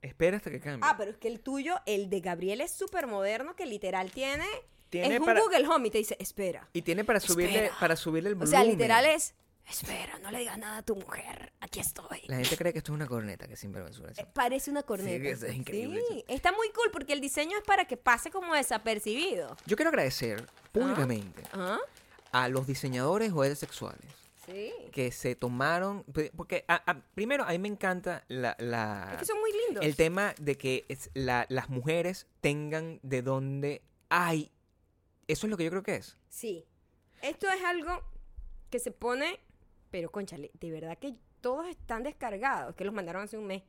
Speaker 2: Espera hasta que cambie.
Speaker 1: Ah, pero es que el tuyo, el de Gabriel, es súper moderno que literal tiene...
Speaker 2: Tiene
Speaker 1: es un
Speaker 2: para-
Speaker 1: Google Home y te dice, espera.
Speaker 2: y tiene para subirle,
Speaker 1: Espera.
Speaker 2: para subirle el
Speaker 1: O
Speaker 2: volumen.
Speaker 1: sea, literal es, espera, no le digas nada a tu mujer. Aquí estoy.
Speaker 2: La gente cree que esto es una corneta, que sin vergüenza.
Speaker 1: Eh, Parece una corneta.
Speaker 2: que eso es increíble,
Speaker 1: Sí, está muy cool porque el diseño es para que pase como desapercibido.
Speaker 2: Yo quiero agradecer públicamente
Speaker 1: ¿Ah?
Speaker 2: a los diseñadores o eres sexuales
Speaker 1: Sí.
Speaker 2: que se tomaron. Porque, a- a- primero, a mí me encanta la. la-
Speaker 1: Es que son muy lindos.
Speaker 2: el tema de que es la- las mujeres tengan de dónde hay. Eso es lo que yo creo que es.
Speaker 1: Sí. Esto es algo que se pone, pero conchale, de verdad que todos están descargados, que los mandaron hace un mes.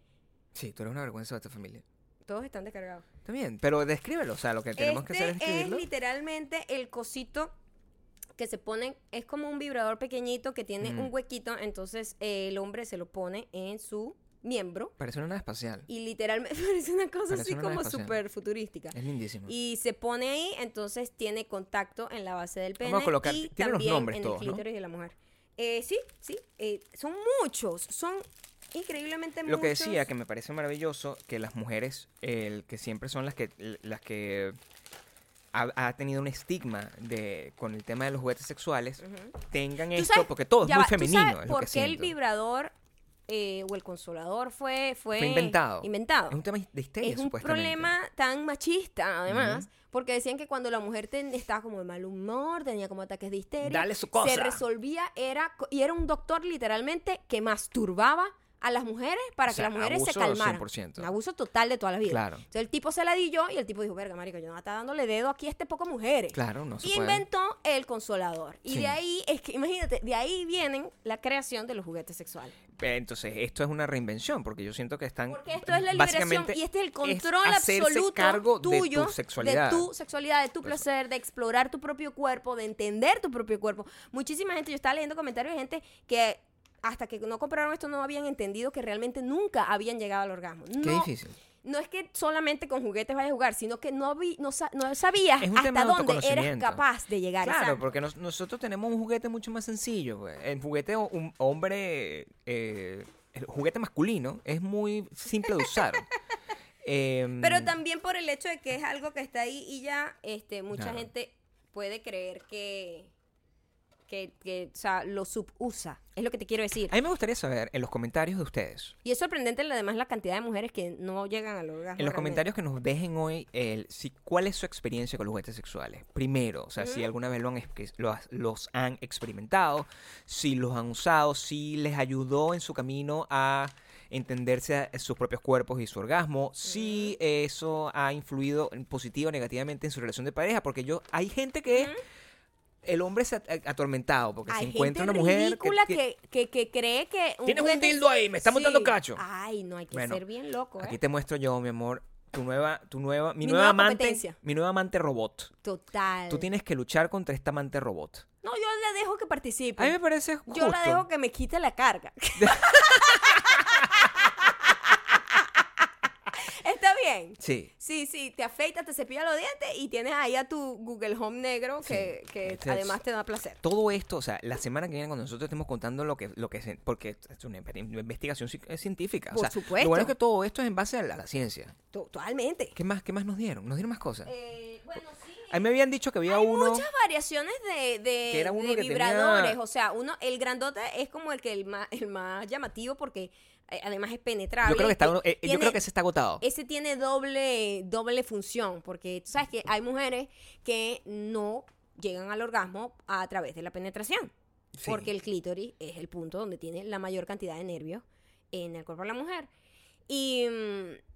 Speaker 2: Sí, tú eres una vergüenza de esta familia.
Speaker 1: Todos están descargados.
Speaker 2: También, pero descríbelo. O sea, lo que Eh, tenemos que hacer es
Speaker 1: este es
Speaker 2: escribirlo.
Speaker 1: literalmente el cosito que se pone, es como un vibrador pequeñito que tiene
Speaker 2: Mm.
Speaker 1: un huequito, entonces eh, el hombre se lo pone en su miembro
Speaker 2: Parece una nave espacial.
Speaker 1: y literalmente parece una cosa
Speaker 2: Parece
Speaker 1: así
Speaker 2: una nave
Speaker 1: como
Speaker 2: espacial.
Speaker 1: súper futurística.
Speaker 2: Es lindísimo.
Speaker 1: Y se pone ahí, entonces tiene contacto en la base del pene.
Speaker 2: Vamos a colocar-
Speaker 1: y
Speaker 2: tiene los
Speaker 1: también
Speaker 2: nombres
Speaker 1: en
Speaker 2: todos,
Speaker 1: el
Speaker 2: ¿no?
Speaker 1: clítoris de la mujer. Eh, sí, sí. eh, son muchos. Son increíblemente muchos.
Speaker 2: Lo que decía, que me parece maravilloso, que las mujeres, el que siempre son las que, las que ha, ha tenido un estigma de, con el tema de los juguetes sexuales, tengan
Speaker 1: Tú
Speaker 2: esto,
Speaker 1: sabes-
Speaker 2: porque todo es
Speaker 1: ya
Speaker 2: muy
Speaker 1: va, ¿tú sabes
Speaker 2: femenino. Es lo
Speaker 1: ¿Por
Speaker 2: que
Speaker 1: qué el
Speaker 2: siento.
Speaker 1: vibrador eh, o el consolador fue, fue,
Speaker 2: Fue inventado.
Speaker 1: inventado?
Speaker 2: Es un tema de histeria,
Speaker 1: es un
Speaker 2: supuestamente.
Speaker 1: problema tan machista, además, porque decían que cuando la mujer ten- estaba como de mal humor, tenía como ataques de histeria,
Speaker 2: Dale su cosa.
Speaker 1: se resolvía, era co- y era un doctor literalmente que masturbaba a las mujeres para
Speaker 2: O sea,
Speaker 1: que las mujeres se
Speaker 2: abuso
Speaker 1: calmaran.
Speaker 2: 100%.
Speaker 1: Un abuso total de toda la vida.
Speaker 2: Claro.
Speaker 1: Entonces el tipo se la di yo y el tipo dijo, verga, marico, yo no voy a estar dándole dedo aquí a este poco mujeres.
Speaker 2: Claro, no se
Speaker 1: Y
Speaker 2: puede.
Speaker 1: inventó el consolador. Y
Speaker 2: Sí.
Speaker 1: de ahí, es que imagínate, de ahí vienen la creación de los juguetes sexuales.
Speaker 2: Pero Entonces, esto es una reinvención, porque yo siento que están.
Speaker 1: Porque esto es la liberación
Speaker 2: básicamente
Speaker 1: y este es el
Speaker 2: es
Speaker 1: control
Speaker 2: hacerse
Speaker 1: absoluto
Speaker 2: cargo de
Speaker 1: tuyo,
Speaker 2: tu sexualidad.
Speaker 1: de tu sexualidad, de tu
Speaker 2: Eso.
Speaker 1: placer, de explorar tu propio cuerpo, de entender tu propio cuerpo. Muchísima gente, yo estaba leyendo comentarios de gente que hasta que no compraron esto no habían entendido que realmente nunca habían llegado al orgasmo.
Speaker 2: Qué
Speaker 1: no,
Speaker 2: difícil.
Speaker 1: no es que solamente con juguetes vayas a jugar, sino que no, vi- no, sa- no sabías
Speaker 2: Es un
Speaker 1: hasta
Speaker 2: tema de
Speaker 1: dónde eras
Speaker 2: autoconocimiento.
Speaker 1: capaz de llegar.
Speaker 2: Claro,
Speaker 1: exacto.
Speaker 2: porque nos- nosotros tenemos un juguete mucho más sencillo. pues. El juguete, o- un hombre, eh, el juguete masculino es muy simple de usar. Em,
Speaker 1: Pero también por el hecho de que es algo que está ahí y ya, este, mucha
Speaker 2: Claro.
Speaker 1: gente puede creer que, que, que, o sea, lo subusa. Es lo que te quiero decir.
Speaker 2: A mí me gustaría saber en los comentarios de ustedes,
Speaker 1: Y es sorprendente además la cantidad de mujeres que no llegan al orgasmo.
Speaker 2: en los
Speaker 1: realmente.
Speaker 2: comentarios que nos dejen hoy, el, si, cuál es su experiencia con los juguetes sexuales. Primero, o sea, si alguna vez lo han, ex- que lo has- los han experimentado, si los han usado, si les ayudó en su camino a entenderse a sus propios cuerpos y su orgasmo, si eso ha influido en- positivo o negativamente en su relación de pareja, porque yo hay gente que el hombre se ha ha- atormentado porque
Speaker 1: Hay
Speaker 2: se encuentra
Speaker 1: gente
Speaker 2: una mujer
Speaker 1: ridícula
Speaker 2: que-
Speaker 1: que, ¿eh? que, que cree que...
Speaker 2: Tienes un
Speaker 1: juguete-
Speaker 2: dildo ahí, me está montando cacho.
Speaker 1: Ay, no, hay que
Speaker 2: Bueno,
Speaker 1: ser bien loco, ¿eh?
Speaker 2: Aquí te muestro yo, mi amor, tu nueva, tu nueva, mi,
Speaker 1: Mi
Speaker 2: nueva,
Speaker 1: nueva
Speaker 2: amante,
Speaker 1: competencia.
Speaker 2: mi nueva amante robot.
Speaker 1: Total.
Speaker 2: Tú tienes que luchar contra esta amante robot.
Speaker 1: No, yo la dejo que participe.
Speaker 2: A mí me parece justo.
Speaker 1: Yo la dejo que me quite la carga. Está bien.
Speaker 2: Sí.
Speaker 1: Sí, sí, te afeitas, te cepillas los dientes y tienes ahí a tu Google Home negro que,
Speaker 2: Sí,
Speaker 1: que
Speaker 2: este es-
Speaker 1: además te da placer.
Speaker 2: Todo esto, o sea, la semana que viene cuando nosotros estemos contando lo que, lo que se- porque esto es una inve- investigación ci- eh, científica. o
Speaker 1: Por
Speaker 2: sea,
Speaker 1: supuesto.
Speaker 2: Lo bueno es que todo esto es en base a la, a la ciencia.
Speaker 1: Totalmente.
Speaker 2: ¿Qué más, qué más nos dieron? Nos dieron más cosas.
Speaker 1: bueno, sí.
Speaker 2: a mí me habían dicho que había
Speaker 1: Eh, Hay
Speaker 2: uno.
Speaker 1: muchas variaciones de, de-
Speaker 2: Que era uno
Speaker 1: de
Speaker 2: que tenía-
Speaker 1: vibradores. O sea, uno, el grandote es como el que el más, el más llamativo porque eh, además es penetrable.
Speaker 2: Yo creo que está, uno- eh, yo
Speaker 1: tiene-
Speaker 2: creo que ese está agotado.
Speaker 1: Ese tiene doble, doble función, porque tú sabes que hay mujeres que no llegan al orgasmo a través de la penetración,
Speaker 2: Sí.
Speaker 1: porque el clítoris es el punto donde tiene la mayor cantidad de nervios en el cuerpo de la mujer. Y mm,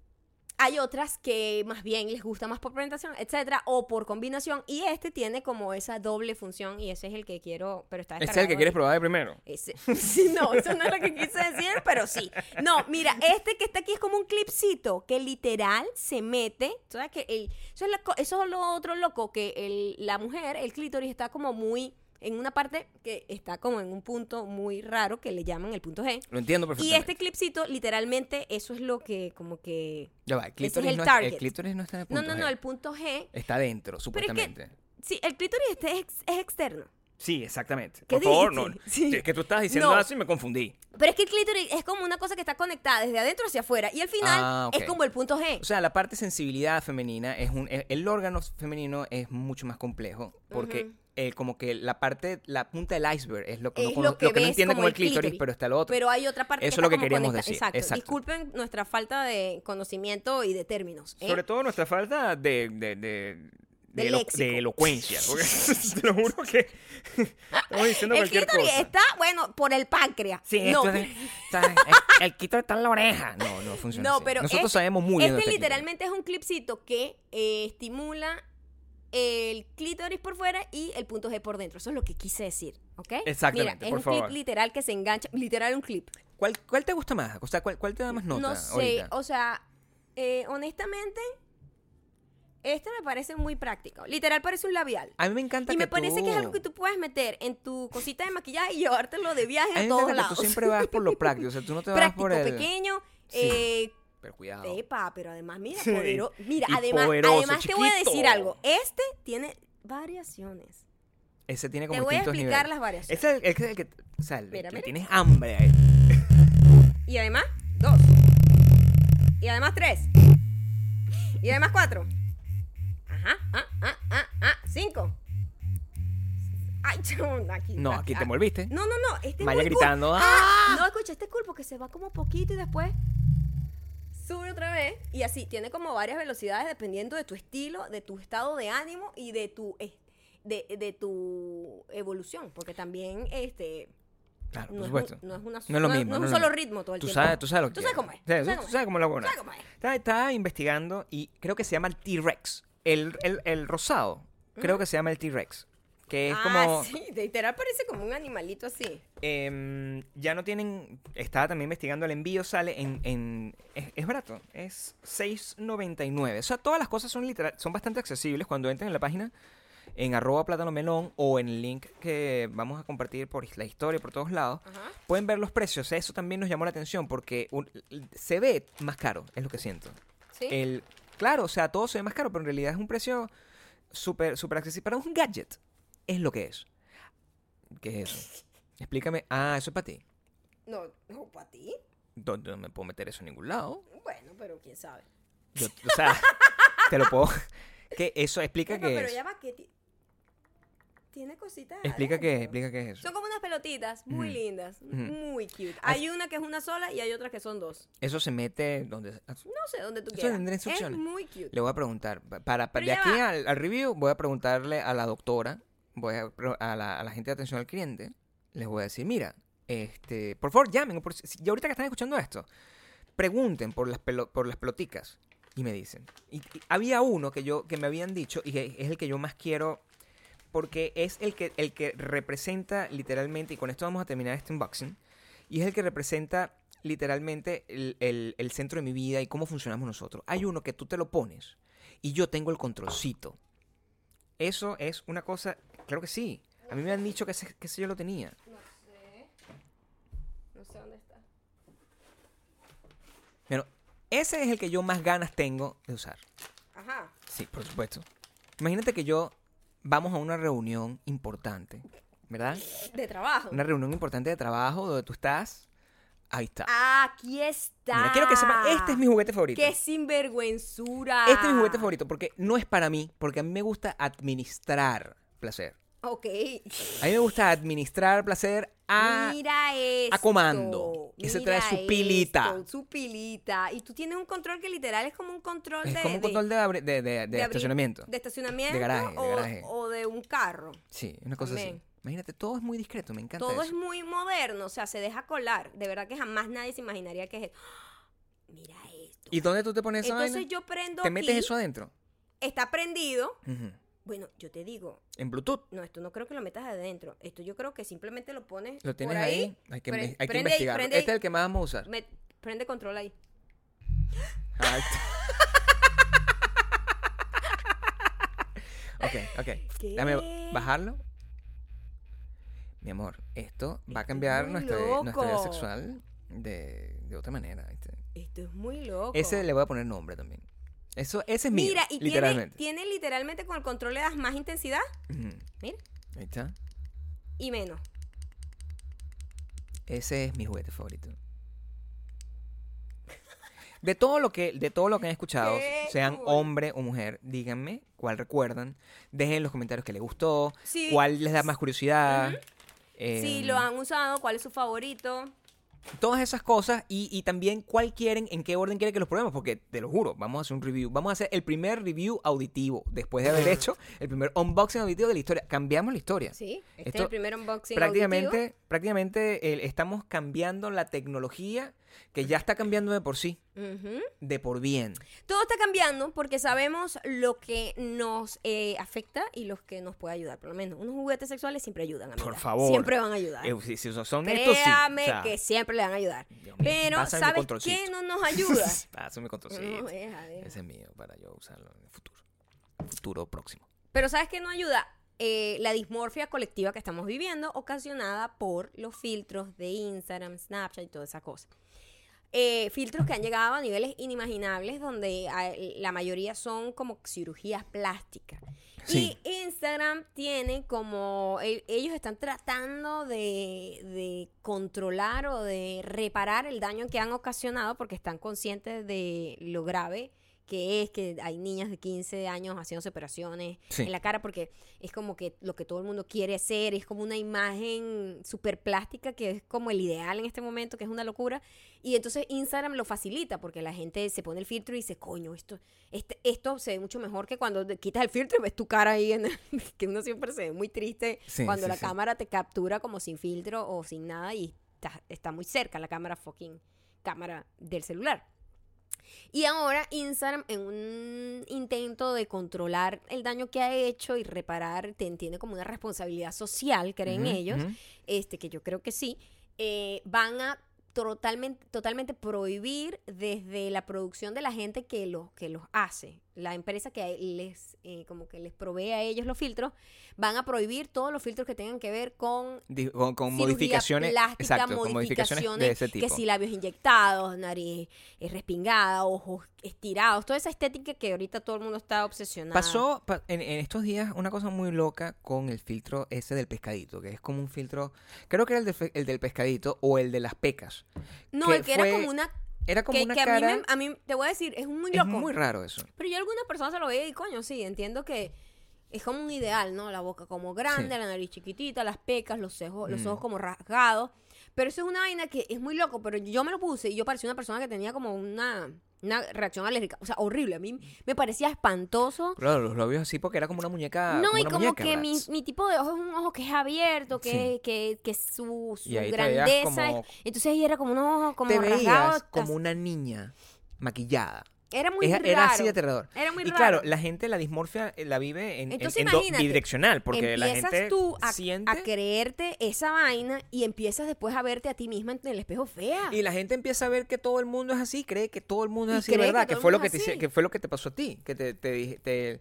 Speaker 1: Hay otras que más bien les gusta más por presentación, etcétera, o por combinación. Y este tiene como esa doble función y ese es el que quiero, pero está
Speaker 2: Este es el
Speaker 1: descargado
Speaker 2: que
Speaker 1: ahorita.
Speaker 2: quieres probar de primero.
Speaker 1: Ese- sí, no, eso no es lo que quise decir, pero sí. No, mira, este que está aquí es como un clipcito que literal se mete. ¿sabes que el- eso, es la co- eso es lo otro loco, que el- la mujer, el clítoris, está como muy en una parte que está como en un punto muy raro que le llaman el punto G.
Speaker 2: Lo entiendo
Speaker 1: Y
Speaker 2: perfectamente.
Speaker 1: este clipcito, literalmente, eso es lo que como que...
Speaker 2: Ya va, el
Speaker 1: ese es
Speaker 2: clítoris,
Speaker 1: el
Speaker 2: no, está- el
Speaker 1: target.
Speaker 2: clítoris no está en el
Speaker 1: No,
Speaker 2: punto
Speaker 1: no,
Speaker 2: G.
Speaker 1: no, el punto G.
Speaker 2: Está dentro,
Speaker 1: que-
Speaker 2: supuestamente.
Speaker 1: Sí, el clítoris este es, ex- es externo.
Speaker 2: Sí, exactamente.
Speaker 1: ¿Qué
Speaker 2: Por favor, no.
Speaker 1: dijiste? Sí.
Speaker 2: Es que tú estabas diciendo
Speaker 1: No.
Speaker 2: así y me confundí.
Speaker 1: Pero es que el clítoris es como una cosa que está conectada desde adentro hacia afuera. Y al final
Speaker 2: Ah, ok.
Speaker 1: es como el punto G.
Speaker 2: O sea, la parte de sensibilidad femenina es un el, el órgano femenino es mucho más complejo porque
Speaker 1: Ujú.
Speaker 2: eh, como que la parte la punta del iceberg es lo que uno
Speaker 1: es
Speaker 2: cono-
Speaker 1: lo que, ves
Speaker 2: entiende
Speaker 1: como, el clítoris,
Speaker 2: pero está lo otro.
Speaker 1: Pero hay otra parte
Speaker 2: Eso es
Speaker 1: que
Speaker 2: lo
Speaker 1: está
Speaker 2: que
Speaker 1: como
Speaker 2: queríamos
Speaker 1: conecta-
Speaker 2: decir,
Speaker 1: Exacto.
Speaker 2: exacto.
Speaker 1: Disculpen nuestra falta de conocimiento y de términos. ¿eh?
Speaker 2: Sobre todo nuestra falta de de, de, de,
Speaker 1: De
Speaker 2: elo-
Speaker 1: léxico.
Speaker 2: de elocuencia, porque te lo juro que estamos diciendo
Speaker 1: el
Speaker 2: cualquier
Speaker 1: clítoris
Speaker 2: cosa.
Speaker 1: está, bueno, por el páncreas.
Speaker 2: Sí,
Speaker 1: no,
Speaker 2: esto es- está- el, el quito está en la oreja. No, no funciona.
Speaker 1: no,
Speaker 2: así.
Speaker 1: pero
Speaker 2: nosotros
Speaker 1: este-
Speaker 2: sabemos muy bien.
Speaker 1: Este
Speaker 2: dónde está el clítoris.
Speaker 1: literalmente es un clipcito que eh, estimula el clítoris por fuera y el punto G por dentro. Eso es lo que quise decir, ¿ok?
Speaker 2: Exactamente,
Speaker 1: Mira, es
Speaker 2: por
Speaker 1: un
Speaker 2: favor.
Speaker 1: clip literal que se engancha, literal un clip.
Speaker 2: ¿Cuál, ¿Cuál te gusta más? O sea, ¿cuál, cuál te da más nota?
Speaker 1: no sé,
Speaker 2: ahorita?
Speaker 1: o sea, eh, honestamente, este me parece muy práctico. Literal parece un labial.
Speaker 2: A mí me encanta
Speaker 1: Y
Speaker 2: que
Speaker 1: me parece que es algo que
Speaker 2: tú
Speaker 1: tú puedes meter en tu cosita de maquillaje y llevártelo de viaje
Speaker 2: A
Speaker 1: a,
Speaker 2: mí me
Speaker 1: todos
Speaker 2: encanta que
Speaker 1: lados.
Speaker 2: tú siempre vas por lo práctico, o sea, tú no te vas
Speaker 1: Práctico,
Speaker 2: por el...
Speaker 1: pequeño.
Speaker 2: Sí.
Speaker 1: eh,
Speaker 2: Pero cuidado.
Speaker 1: Epa, pero además, mira,
Speaker 2: Sí.
Speaker 1: podero- mira,
Speaker 2: Y
Speaker 1: además,
Speaker 2: poderoso,
Speaker 1: además te voy a decir
Speaker 2: chiquito.
Speaker 1: algo. Este tiene variaciones.
Speaker 2: Ese tiene como
Speaker 1: Te voy a
Speaker 2: distintos
Speaker 1: explicar
Speaker 2: niveles.
Speaker 1: las variaciones.
Speaker 2: Ese es el, ese es el que... O sea, le-
Speaker 1: Mira,
Speaker 2: le
Speaker 1: mira.
Speaker 2: tienes hambre a este.
Speaker 1: Y además, dos. Y además, tres. Y además, cuatro. Ajá, ah, ah, ah, ah, cinco. Ay, chon, aquí.
Speaker 2: No, aquí te
Speaker 1: ah.
Speaker 2: envolviste.
Speaker 1: No, no, no. Este es
Speaker 2: Maya
Speaker 1: muy cool.
Speaker 2: gritando,
Speaker 1: Ah, No, escucha, este es cool porque se va como poquito y después sube otra vez. Y así, tiene como varias velocidades dependiendo de tu estilo, de tu estado de ánimo y de tu eh, de, de tu evolución. Porque también este
Speaker 2: Claro,
Speaker 1: no,
Speaker 2: por
Speaker 1: es
Speaker 2: supuesto.
Speaker 1: un, no es una
Speaker 2: No es lo mismo,
Speaker 1: No es
Speaker 2: no
Speaker 1: un
Speaker 2: es lo
Speaker 1: solo
Speaker 2: mismo.
Speaker 1: ritmo todo el
Speaker 2: Tú
Speaker 1: tiempo.
Speaker 2: sabes, tú sabes lo que
Speaker 1: Tú sabes
Speaker 2: es.
Speaker 1: cómo es.
Speaker 2: O sea,
Speaker 1: tú sabes
Speaker 2: tú
Speaker 1: cómo
Speaker 2: sabes cómo es la
Speaker 1: es, tú
Speaker 2: buena.
Speaker 1: sabes cómo es.
Speaker 2: Estaba, estaba investigando y creo que se llama el T-Rex. El, el, el rosado. Creo que se llama el T-Rex. Que es como...
Speaker 1: Ah, sí, literal parece como un animalito así.
Speaker 2: em, ya no tienen. Estaba también investigando el envío, sale en. en- es, es barato, es 6.99. O sea, todas las cosas son literal, son bastante accesibles cuando entren en la página en arroba plátano melón o en el link que vamos a compartir por la historia por todos lados.
Speaker 1: Ajá.
Speaker 2: Pueden ver los precios. Eso también nos llamó la atención porque un- se ve más caro, es lo que siento.
Speaker 1: Sí.
Speaker 2: El, claro, o sea, todo se ve más caro, pero en realidad es un precio súper súper accesible. Para un gadget es lo que es. ¿Qué es eso? Explícame. Ah, eso es para ti.
Speaker 1: No, no, para ti.
Speaker 2: No, no me puedo meter eso en ningún lado.
Speaker 1: Bueno, pero quién sabe.
Speaker 2: Yo, o sea, te lo puedo... Que eso explica
Speaker 1: Epa,
Speaker 2: qué
Speaker 1: pero
Speaker 2: es.
Speaker 1: ya va que ti- tiene cositas.
Speaker 2: Explica qué,
Speaker 1: adentro.
Speaker 2: explica qué es eso. Mm.
Speaker 1: Son como unas pelotitas muy
Speaker 2: Ujú.
Speaker 1: lindas, muy cute.
Speaker 2: As-
Speaker 1: Hay una que es una sola y hay otra que son dos.
Speaker 2: Eso se mete donde...
Speaker 1: No sé dónde tú
Speaker 2: Eso
Speaker 1: quieras.
Speaker 2: tendrá
Speaker 1: es
Speaker 2: instrucciones.
Speaker 1: muy cute.
Speaker 2: Le voy a preguntar. pa- Para, para- de
Speaker 1: ya
Speaker 2: aquí
Speaker 1: va.
Speaker 2: al, al review voy a preguntarle a la doctora, voy a, pro- a la, a la gente de atención al cliente, les voy a decir, mira, este, por favor llamen, por, si- si- y ahorita que están escuchando esto, pregunten por las, pelo- por las peloticas y me dicen. Y, y había uno que yo que me habían dicho y que es el que yo más quiero porque es el que, el que representa literalmente, y con esto vamos a terminar este unboxing, y es el que representa literalmente el, el- el centro de mi vida y cómo funcionamos nosotros. Hay uno que tú te lo pones y yo tengo el controlcito. Eso es una cosa, claro que sí. A mí me han dicho que ese, que ese yo lo tenía.
Speaker 1: No sé. No sé dónde está.
Speaker 2: Pero ese es el que yo más ganas tengo de usar.
Speaker 1: Ajá.
Speaker 2: Sí, por supuesto. Imagínate que yo vamos a una reunión importante, ¿verdad?
Speaker 1: De trabajo.
Speaker 2: Una reunión importante de trabajo donde tú estás. Ahí está.
Speaker 1: Aquí está.
Speaker 2: Mira, quiero que sepan, este es mi juguete favorito.
Speaker 1: Qué sinvergüenzura.
Speaker 2: Este es mi juguete favorito porque no es para mí, porque a mí me gusta administrar placer.
Speaker 1: Ok.
Speaker 2: A mí me gusta administrar placer a...
Speaker 1: Mira esto.
Speaker 2: a comando. Ah, Ese trae
Speaker 1: Mira
Speaker 2: su pilita.
Speaker 1: esto, su pilita. Y tú tienes un control que literal es como un control
Speaker 2: es
Speaker 1: de.
Speaker 2: como un
Speaker 1: de-
Speaker 2: control de, abre- de- de- de
Speaker 1: abrir-
Speaker 2: estacionamiento.
Speaker 1: De estacionamiento.
Speaker 2: De garaje, de
Speaker 1: o,
Speaker 2: garaje.
Speaker 1: o de un carro.
Speaker 2: Sí, una cosa así.
Speaker 1: Amén.
Speaker 2: Imagínate, todo es muy discreto, me encanta
Speaker 1: Todo es
Speaker 2: eso.
Speaker 1: muy moderno, o sea, se deja colar. De verdad que jamás nadie se imaginaría que es. ¡Ah! Mira esto. minutos.
Speaker 2: ¿Y dónde tú te pones esa
Speaker 1: Entonces
Speaker 2: vaina?
Speaker 1: yo prendo
Speaker 2: ¿Te metes
Speaker 1: aquí,
Speaker 2: eso adentro?
Speaker 1: está prendido.
Speaker 2: Ujú.
Speaker 1: Bueno, yo te digo,
Speaker 2: En Bluetooth.
Speaker 1: no, esto no creo que lo metas adentro. Esto yo creo que simplemente lo pones
Speaker 2: Lo tienes
Speaker 1: por
Speaker 2: ahí.
Speaker 1: ahí.
Speaker 2: Hay que,
Speaker 1: pre-
Speaker 2: inve- hay que
Speaker 1: prende ahí,
Speaker 2: investigarlo.
Speaker 1: prende
Speaker 2: Este es
Speaker 1: ahí.
Speaker 2: el que más vamos a usar.
Speaker 1: Me- prende control ahí.
Speaker 2: Ay, ok, ok.
Speaker 1: ¿Qué?
Speaker 2: Dame bajarlo. Mi amor, esto va a cambiar
Speaker 1: muy
Speaker 2: nuestra, nuestra vida
Speaker 1: loco.
Speaker 2: sexual de, de otra manera. ¿viste?
Speaker 1: Esto es muy loco.
Speaker 2: Ese le voy a poner nombre también. Eso, ese es mío,
Speaker 1: Mira, y
Speaker 2: literalmente.
Speaker 1: Tiene, tiene literalmente con el control le das más intensidad
Speaker 2: Ujú.
Speaker 1: Mira.
Speaker 2: Ahí está.
Speaker 1: y menos.
Speaker 2: Ese es mi juguete favorito. De todo lo que, de todo lo que han escuchado,
Speaker 1: Qué
Speaker 2: sean
Speaker 1: cool.
Speaker 2: hombre o mujer, díganme cuál recuerdan. Dejen en los comentarios que les gustó,
Speaker 1: Sí.
Speaker 2: cuál les da más curiosidad. eh,
Speaker 1: si lo han usado, cuál es su favorito.
Speaker 2: Todas esas cosas y, y también cuál quieren, en qué orden quieren que los probemos, porque te lo juro, vamos a hacer un review. Vamos a hacer el primer review auditivo después de haber hecho el primer unboxing auditivo de la historia. Cambiamos la historia.
Speaker 1: Sí, este es
Speaker 2: Esto-
Speaker 1: el primer unboxing.
Speaker 2: prácticamente,
Speaker 1: auditivo.
Speaker 2: prácticamente eh, estamos cambiando la tecnología que ya está cambiando de por sí,
Speaker 1: Ujú.
Speaker 2: de por bien.
Speaker 1: Todo está cambiando porque sabemos lo que nos eh, afecta y los que nos puede ayudar. Por lo menos, unos juguetes sexuales siempre ayudan.
Speaker 2: Por
Speaker 1: amiga.
Speaker 2: favor.
Speaker 1: Siempre van a ayudar.
Speaker 2: Eh, si, si son estos, sí.
Speaker 1: Créame
Speaker 2: O sea,
Speaker 1: que siempre le van a ayudar.
Speaker 2: Dios mío,
Speaker 1: Pero,
Speaker 2: pásame mi
Speaker 1: ¿sabes qué
Speaker 2: controlcito.
Speaker 1: no nos ayuda?
Speaker 2: Pásame mi controlcito.
Speaker 1: No, deja, deja.
Speaker 2: Ese es mío para yo usarlo en el futuro. Futuro próximo.
Speaker 1: Pero ¿sabes qué no ayuda? Eh, la dismorfia colectiva que estamos viviendo ocasionada por los filtros de Instagram, Snapchat y toda esa cosa. Eh, filtros que han llegado a niveles inimaginables donde a- la mayoría son como cirugías plásticas.
Speaker 2: Sí.
Speaker 1: Y Instagram tiene como, e- ellos están tratando de, de controlar o de reparar el daño que han ocasionado porque están conscientes de lo grave que es que hay niñas de 15 años haciéndose operaciones
Speaker 2: Sí.
Speaker 1: en la cara porque es como que lo que todo el mundo quiere hacer, es como una imagen súper plástica que es como el ideal en este momento, que es una locura. Y entonces Instagram lo facilita porque la gente se pone el filtro y dice, coño, esto, este, esto se ve mucho mejor que cuando te quitas el filtro y ves tu cara ahí, en que uno siempre se ve muy triste
Speaker 2: Sí,
Speaker 1: cuando
Speaker 2: sí,
Speaker 1: la
Speaker 2: sí.
Speaker 1: cámara te captura como sin filtro o sin nada y está, está muy cerca la cámara fucking cámara del celular. Y ahora Instagram, en un intento de controlar el daño que ha hecho y reparar, te entiende como una responsabilidad social, creen
Speaker 2: Ujú,
Speaker 1: ellos,
Speaker 2: ujú.
Speaker 1: este que yo creo que sí, eh, van a totalmente, totalmente prohibir desde la producción de la gente que los que los hace, la empresa que les eh, como que les provee a ellos los filtros, van a prohibir todos los filtros que tengan que ver con
Speaker 2: Di- Con, con
Speaker 1: cirugía
Speaker 2: modificaciones.
Speaker 1: plástica,
Speaker 2: exacto, con modificaciones de ese tipo.
Speaker 1: Que si labios inyectados, nariz eh, respingada, ojos estirados, toda esa estética que ahorita todo el mundo está obsesionado.
Speaker 2: Pasó pa- en, en estos días una cosa muy loca con el filtro ese del pescadito, que es como un filtro, creo que era el, del fe- el del pescadito o el de las pecas.
Speaker 1: No,
Speaker 2: que
Speaker 1: el que
Speaker 2: fue-
Speaker 1: era como una.
Speaker 2: Era como
Speaker 1: que
Speaker 2: una
Speaker 1: que
Speaker 2: cara...
Speaker 1: a, mí me- a mí, te voy a decir, es muy
Speaker 2: es
Speaker 1: loco.
Speaker 2: muy raro eso.
Speaker 1: Pero yo a algunas personas se lo veía y coño, sí, entiendo que es como un ideal, ¿no? La boca como grande,
Speaker 2: Sí.
Speaker 1: la nariz chiquitita, las pecas, los ojos, los
Speaker 2: Mm.
Speaker 1: ojos como rasgados. Pero eso es una vaina que es muy loco, pero yo me lo puse y yo parecía una persona que tenía como una, una reacción alérgica. O sea, horrible. A mí me parecía espantoso.
Speaker 2: Claro, los labios así porque era como una muñeca.
Speaker 1: No,
Speaker 2: Ah, como
Speaker 1: y
Speaker 2: una
Speaker 1: como
Speaker 2: muñeca,
Speaker 1: que
Speaker 2: ¿verdad?
Speaker 1: mi, mi tipo de ojo es un ojo que es abierto, que,
Speaker 2: Sí.
Speaker 1: que, que su, su
Speaker 2: Y ahí te veías
Speaker 1: grandeza.
Speaker 2: como-
Speaker 1: es- Entonces ella era como un ojo como
Speaker 2: Te veías
Speaker 1: rasgado.
Speaker 2: como una niña maquillada.
Speaker 1: Era muy
Speaker 2: era,
Speaker 1: raro.
Speaker 2: era así de aterrador.
Speaker 1: Era muy
Speaker 2: y
Speaker 1: raro.
Speaker 2: claro, la gente la dismorfia eh, la vive en, en-
Speaker 1: Entonces,
Speaker 2: en do-
Speaker 1: imagínate,
Speaker 2: bidireccional porque la
Speaker 1: empiezas
Speaker 2: gente
Speaker 1: tú a,
Speaker 2: siente
Speaker 1: a creerte esa vaina y empiezas después a verte a ti misma en el espejo fea.
Speaker 2: y la gente empieza a ver que todo el mundo es así, cree que todo el mundo es
Speaker 1: Y
Speaker 2: así,
Speaker 1: cree que
Speaker 2: ¿verdad? Que,
Speaker 1: todo el
Speaker 2: fue lo
Speaker 1: mundo
Speaker 2: que
Speaker 1: es
Speaker 2: te hice-
Speaker 1: así.
Speaker 2: que fue lo que te pasó a ti, que te te dije- te-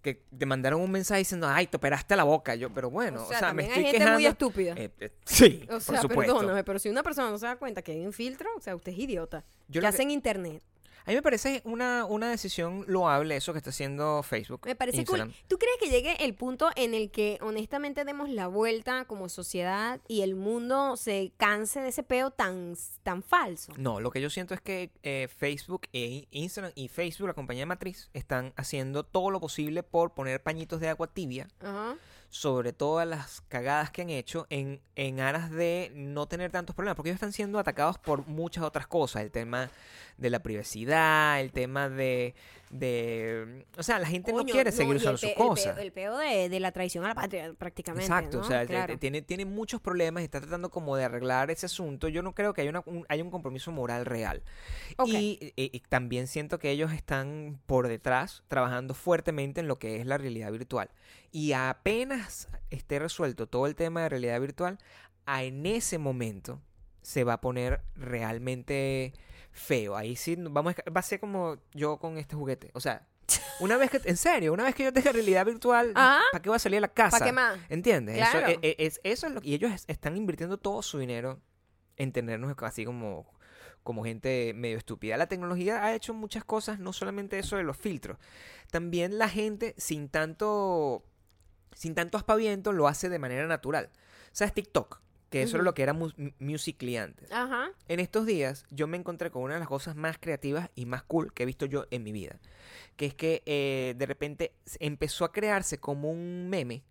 Speaker 2: que te mandaron un mensaje diciendo, "Ay, te operaste la boca." Yo, pero bueno, o sea, me
Speaker 1: también
Speaker 2: estoy
Speaker 1: hay gente
Speaker 2: quejando.
Speaker 1: muy estúpida.
Speaker 2: Eh, eh, sí,
Speaker 1: o sea,
Speaker 2: por supuesto.
Speaker 1: perdóname, pero si una persona no se da cuenta que hay un filtro, o sea, usted es idiota.
Speaker 2: Yo
Speaker 1: Yo
Speaker 2: lo
Speaker 1: ¿Qué hace
Speaker 2: que-
Speaker 1: en internet?
Speaker 2: A mí me parece una, una decisión loable eso que está haciendo Facebook.
Speaker 1: Me parece
Speaker 2: Instagram.
Speaker 1: cool. ¿Tú crees que llegue el punto en el que honestamente demos la vuelta como sociedad y el mundo se canse de ese peo tan, tan falso?
Speaker 2: No, lo que yo siento es que eh, Facebook e Instagram y Facebook, la compañía matriz, están haciendo todo lo posible por poner pañitos de agua tibia
Speaker 1: Ajá.
Speaker 2: sobre todas las cagadas que han hecho en, en aras de no tener tantos problemas, porque ellos están siendo atacados por muchas otras cosas, el tema de la privacidad, el tema de, de... O sea, la gente no
Speaker 1: Coño,
Speaker 2: quiere seguir
Speaker 1: y el
Speaker 2: usando sus
Speaker 1: pe-
Speaker 2: cosas.
Speaker 1: El peo, el peo de, de la traición a la patria, prácticamente.
Speaker 2: Exacto,
Speaker 1: ¿no?
Speaker 2: o sea, te-
Speaker 1: Claro.
Speaker 2: te- tiene, tiene muchos problemas y está tratando como de arreglar ese asunto. Yo no creo que haya, una- un, haya un compromiso moral real.
Speaker 1: Ok.
Speaker 2: Y, eh, y también siento que ellos están por detrás trabajando fuertemente en lo que es la realidad virtual. Y apenas esté resuelto todo el tema de realidad virtual, a- en ese momento se va a poner realmente feo. Ahí sí no- vamos a esca- va a ser como yo con este juguete. O sea, una vez que en serio, una vez que yo tenga realidad virtual,
Speaker 1: Ajá.
Speaker 2: ¿para qué voy a salir a la casa?
Speaker 1: Ah. ¿Para qué más?
Speaker 2: ¿Entiendes? Eso-
Speaker 1: Claro.
Speaker 2: e- e- es, eso es lo que y ellos es- están invirtiendo todo su dinero en tenernos así como, como gente medio estúpida. La tecnología ha hecho muchas cosas, no solamente eso de los filtros. También la gente sin tanto, sin tanto aspaviento lo hace de manera natural. ¿Sabes? TikTok, que eso
Speaker 1: Ujú.
Speaker 2: era lo que era mu- mu- Musical.ly antes.
Speaker 1: Ajá.
Speaker 2: En estos días yo me encontré con una de las cosas más creativas y más cool que he visto yo en mi vida. Que es que eh, de repente s- empezó a crearse como un meme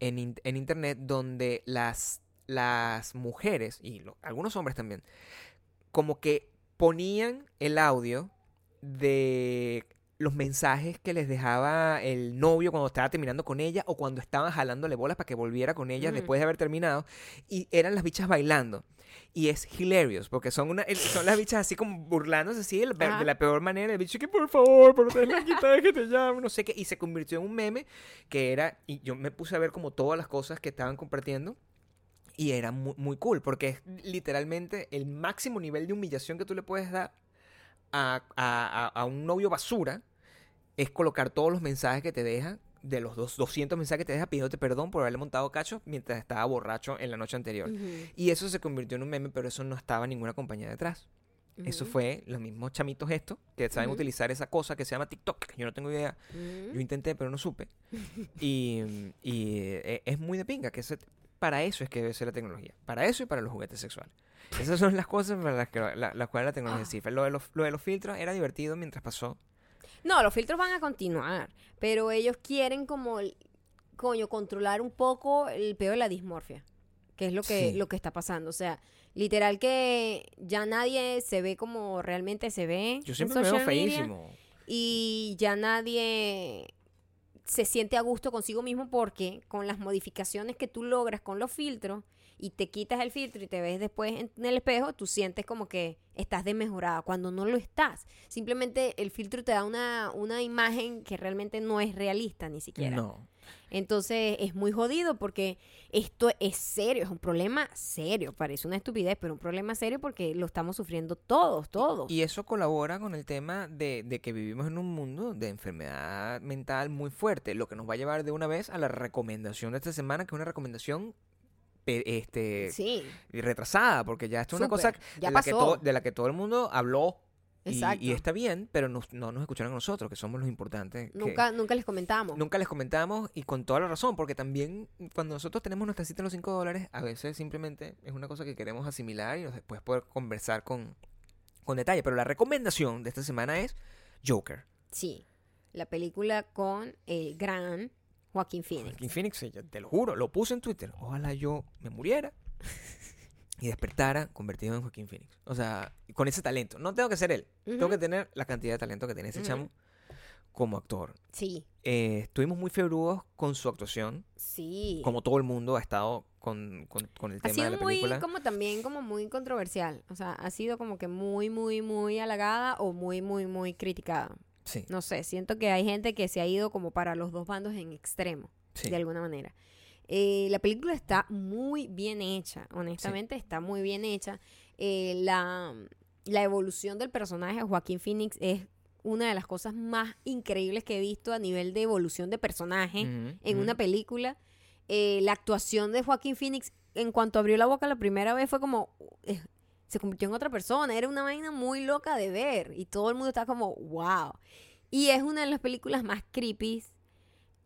Speaker 2: en, in- en internet donde las, las mujeres y lo- algunos hombres también, como que ponían el audio de los mensajes que les dejaba el novio cuando estaba terminando con ella o cuando estaban jalándole bolas para que volviera con ella
Speaker 1: Mm.
Speaker 2: después de haber terminado y eran las bichas bailando y es hilarious porque son una el- son las bichas así como burlándose así de la, pe-
Speaker 1: Ajá.
Speaker 2: de la peor manera el bicho que por favor por favor, la guitarra que te llamo no sé qué y se convirtió en un meme que era y yo me puse a ver como todas las cosas que estaban compartiendo y era muy, muy cool porque es literalmente el máximo nivel de humillación que tú le puedes dar a, a- a- a un novio basura es colocar todos los mensajes que te deja, de los dos, 200 mensajes que te deja pidiéndote perdón por haberle montado cacho mientras estaba borracho en la noche anterior.
Speaker 1: Ujú,
Speaker 2: Y eso se convirtió en un meme, pero eso no estaba ninguna compañía detrás. Eso
Speaker 1: ujú,
Speaker 2: fue los mismos chamitos estos que saben
Speaker 1: Ujú.
Speaker 2: utilizar esa cosa que se llama TikTok, que yo no tengo idea.
Speaker 1: ujú.
Speaker 2: Yo intenté, pero no supe. Y, y, eh, es muy de pinga, que eso- para eso es que debe ser la tecnología. Para eso y para los juguetes sexuales. Esas son las cosas para las, que, la- las cuales la tecnología
Speaker 1: Ah.
Speaker 2: sirve. Lo de, los, lo de los filtros era divertido mientras pasó.
Speaker 1: No, los filtros van a continuar, pero ellos quieren como, el- coño, controlar un poco el peo de la dismorfia, que es lo que,
Speaker 2: Sí.
Speaker 1: lo que está pasando. O sea, literal que ya nadie se ve como realmente se ve.
Speaker 2: Yo
Speaker 1: en
Speaker 2: siempre me veo
Speaker 1: social media,
Speaker 2: feísimo.
Speaker 1: Y ya nadie se siente a gusto consigo mismo porque con las modificaciones que tú logras con los filtros y te quitas el filtro y te ves después en en el espejo, tú sientes como que estás desmejorada cuando no lo estás. Simplemente el filtro te da una, una imagen que realmente no es realista ni siquiera.
Speaker 2: No.
Speaker 1: Entonces es muy jodido porque esto es serio, es un problema serio. Parece una estupidez, pero un problema serio porque lo estamos sufriendo todos, todos.
Speaker 2: Y eso colabora con el tema de, de que vivimos en un mundo de enfermedad mental muy fuerte, lo que nos va a llevar de una vez a la recomendación de esta semana, que es una recomendación pe- este,
Speaker 1: sí,
Speaker 2: retrasada, porque ya esto es una cosa
Speaker 1: Súper, ya
Speaker 2: de la, que
Speaker 1: pasó.
Speaker 2: todo- de la que todo el mundo habló y-
Speaker 1: exacto.
Speaker 2: Y, está bien, pero nos- no nos escucharon a nosotros, que somos los importantes. que
Speaker 1: Nunca, nunca les comentamos.
Speaker 2: nunca les comentamos y con toda la razón, porque también cuando nosotros tenemos nuestra cita en los 5 dólares, a veces simplemente es una cosa que queremos asimilar y después poder conversar con, con detalle. Pero la recomendación de esta semana es Joker.
Speaker 1: Sí, la película con el gran Joaquín Phoenix.
Speaker 2: Joaquin Phoenix, sí, yo te lo juro, lo puse en Twitter. Ojalá yo me muriera y despertara convertido en Joaquín Phoenix. O sea, con ese talento. No tengo que ser él, tengo
Speaker 1: Ujú.
Speaker 2: que tener la cantidad de talento que tiene ese
Speaker 1: Ujú.
Speaker 2: chamo como actor.
Speaker 1: Sí,
Speaker 2: Eh, estuvimos muy februdos con su actuación,
Speaker 1: sí.
Speaker 2: como todo el mundo ha estado con, con- con el
Speaker 1: ha
Speaker 2: tema de
Speaker 1: sido
Speaker 2: la
Speaker 1: muy,
Speaker 2: película.
Speaker 1: como también, como muy controversial. O sea, ha sido como que muy, muy, muy halagada o muy, muy, muy criticada.
Speaker 2: Sí,
Speaker 1: No sé, siento que hay gente que se ha ido como para los dos bandos en extremo,
Speaker 2: sí.
Speaker 1: de alguna manera. Eh, la película está muy bien hecha, honestamente, está muy bien hecha. Eh, la, la evolución del personaje de Joaquín Phoenix es una de las cosas más increíbles que he visto a nivel de evolución de personaje
Speaker 2: Ujú,
Speaker 1: en
Speaker 2: ujú.
Speaker 1: una película. Eh, la actuación de Joaquín Phoenix, en cuanto abrió la boca la primera vez, fue como. eh, se convirtió en otra persona. Era una vaina muy loca de ver. Y todo el mundo está como, wow. Y es una de las películas más creepy,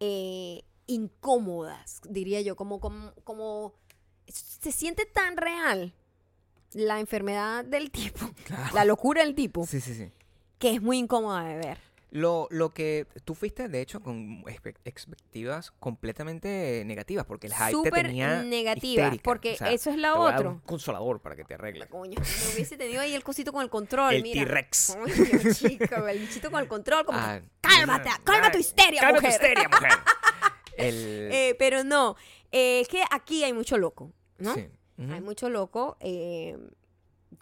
Speaker 1: eh, incómodas, diría yo. Como, como, como. Se siente tan real la enfermedad del tipo,
Speaker 2: Claro.
Speaker 1: la locura del tipo,
Speaker 2: Sí, sí, sí.
Speaker 1: que es muy incómoda de ver.
Speaker 2: Lo, lo que tú fuiste, de hecho, con expe- expectativas completamente negativas, porque el hype te
Speaker 1: Súper
Speaker 2: tenía
Speaker 1: negativas,
Speaker 2: histérica,
Speaker 1: porque
Speaker 2: o sea,
Speaker 1: eso es
Speaker 2: te
Speaker 1: la
Speaker 2: voy a dar un
Speaker 1: otra.
Speaker 2: consolador para que te arregles.
Speaker 1: Coño, me hubiese tenido ahí el cosito con el control,
Speaker 2: El
Speaker 1: mira.
Speaker 2: T-Rex.
Speaker 1: Coño, chico, el bichito con el control, como
Speaker 2: Ah,
Speaker 1: que, cálmate,
Speaker 2: ah,
Speaker 1: calma tu
Speaker 2: ah,
Speaker 1: histeria,
Speaker 2: calma
Speaker 1: mujer.
Speaker 2: tu histeria, mujer. El-
Speaker 1: Eh, pero no, eh, es que aquí hay mucho loco, ¿no?
Speaker 2: sí. Ujú.
Speaker 1: Hay mucho loco, eh,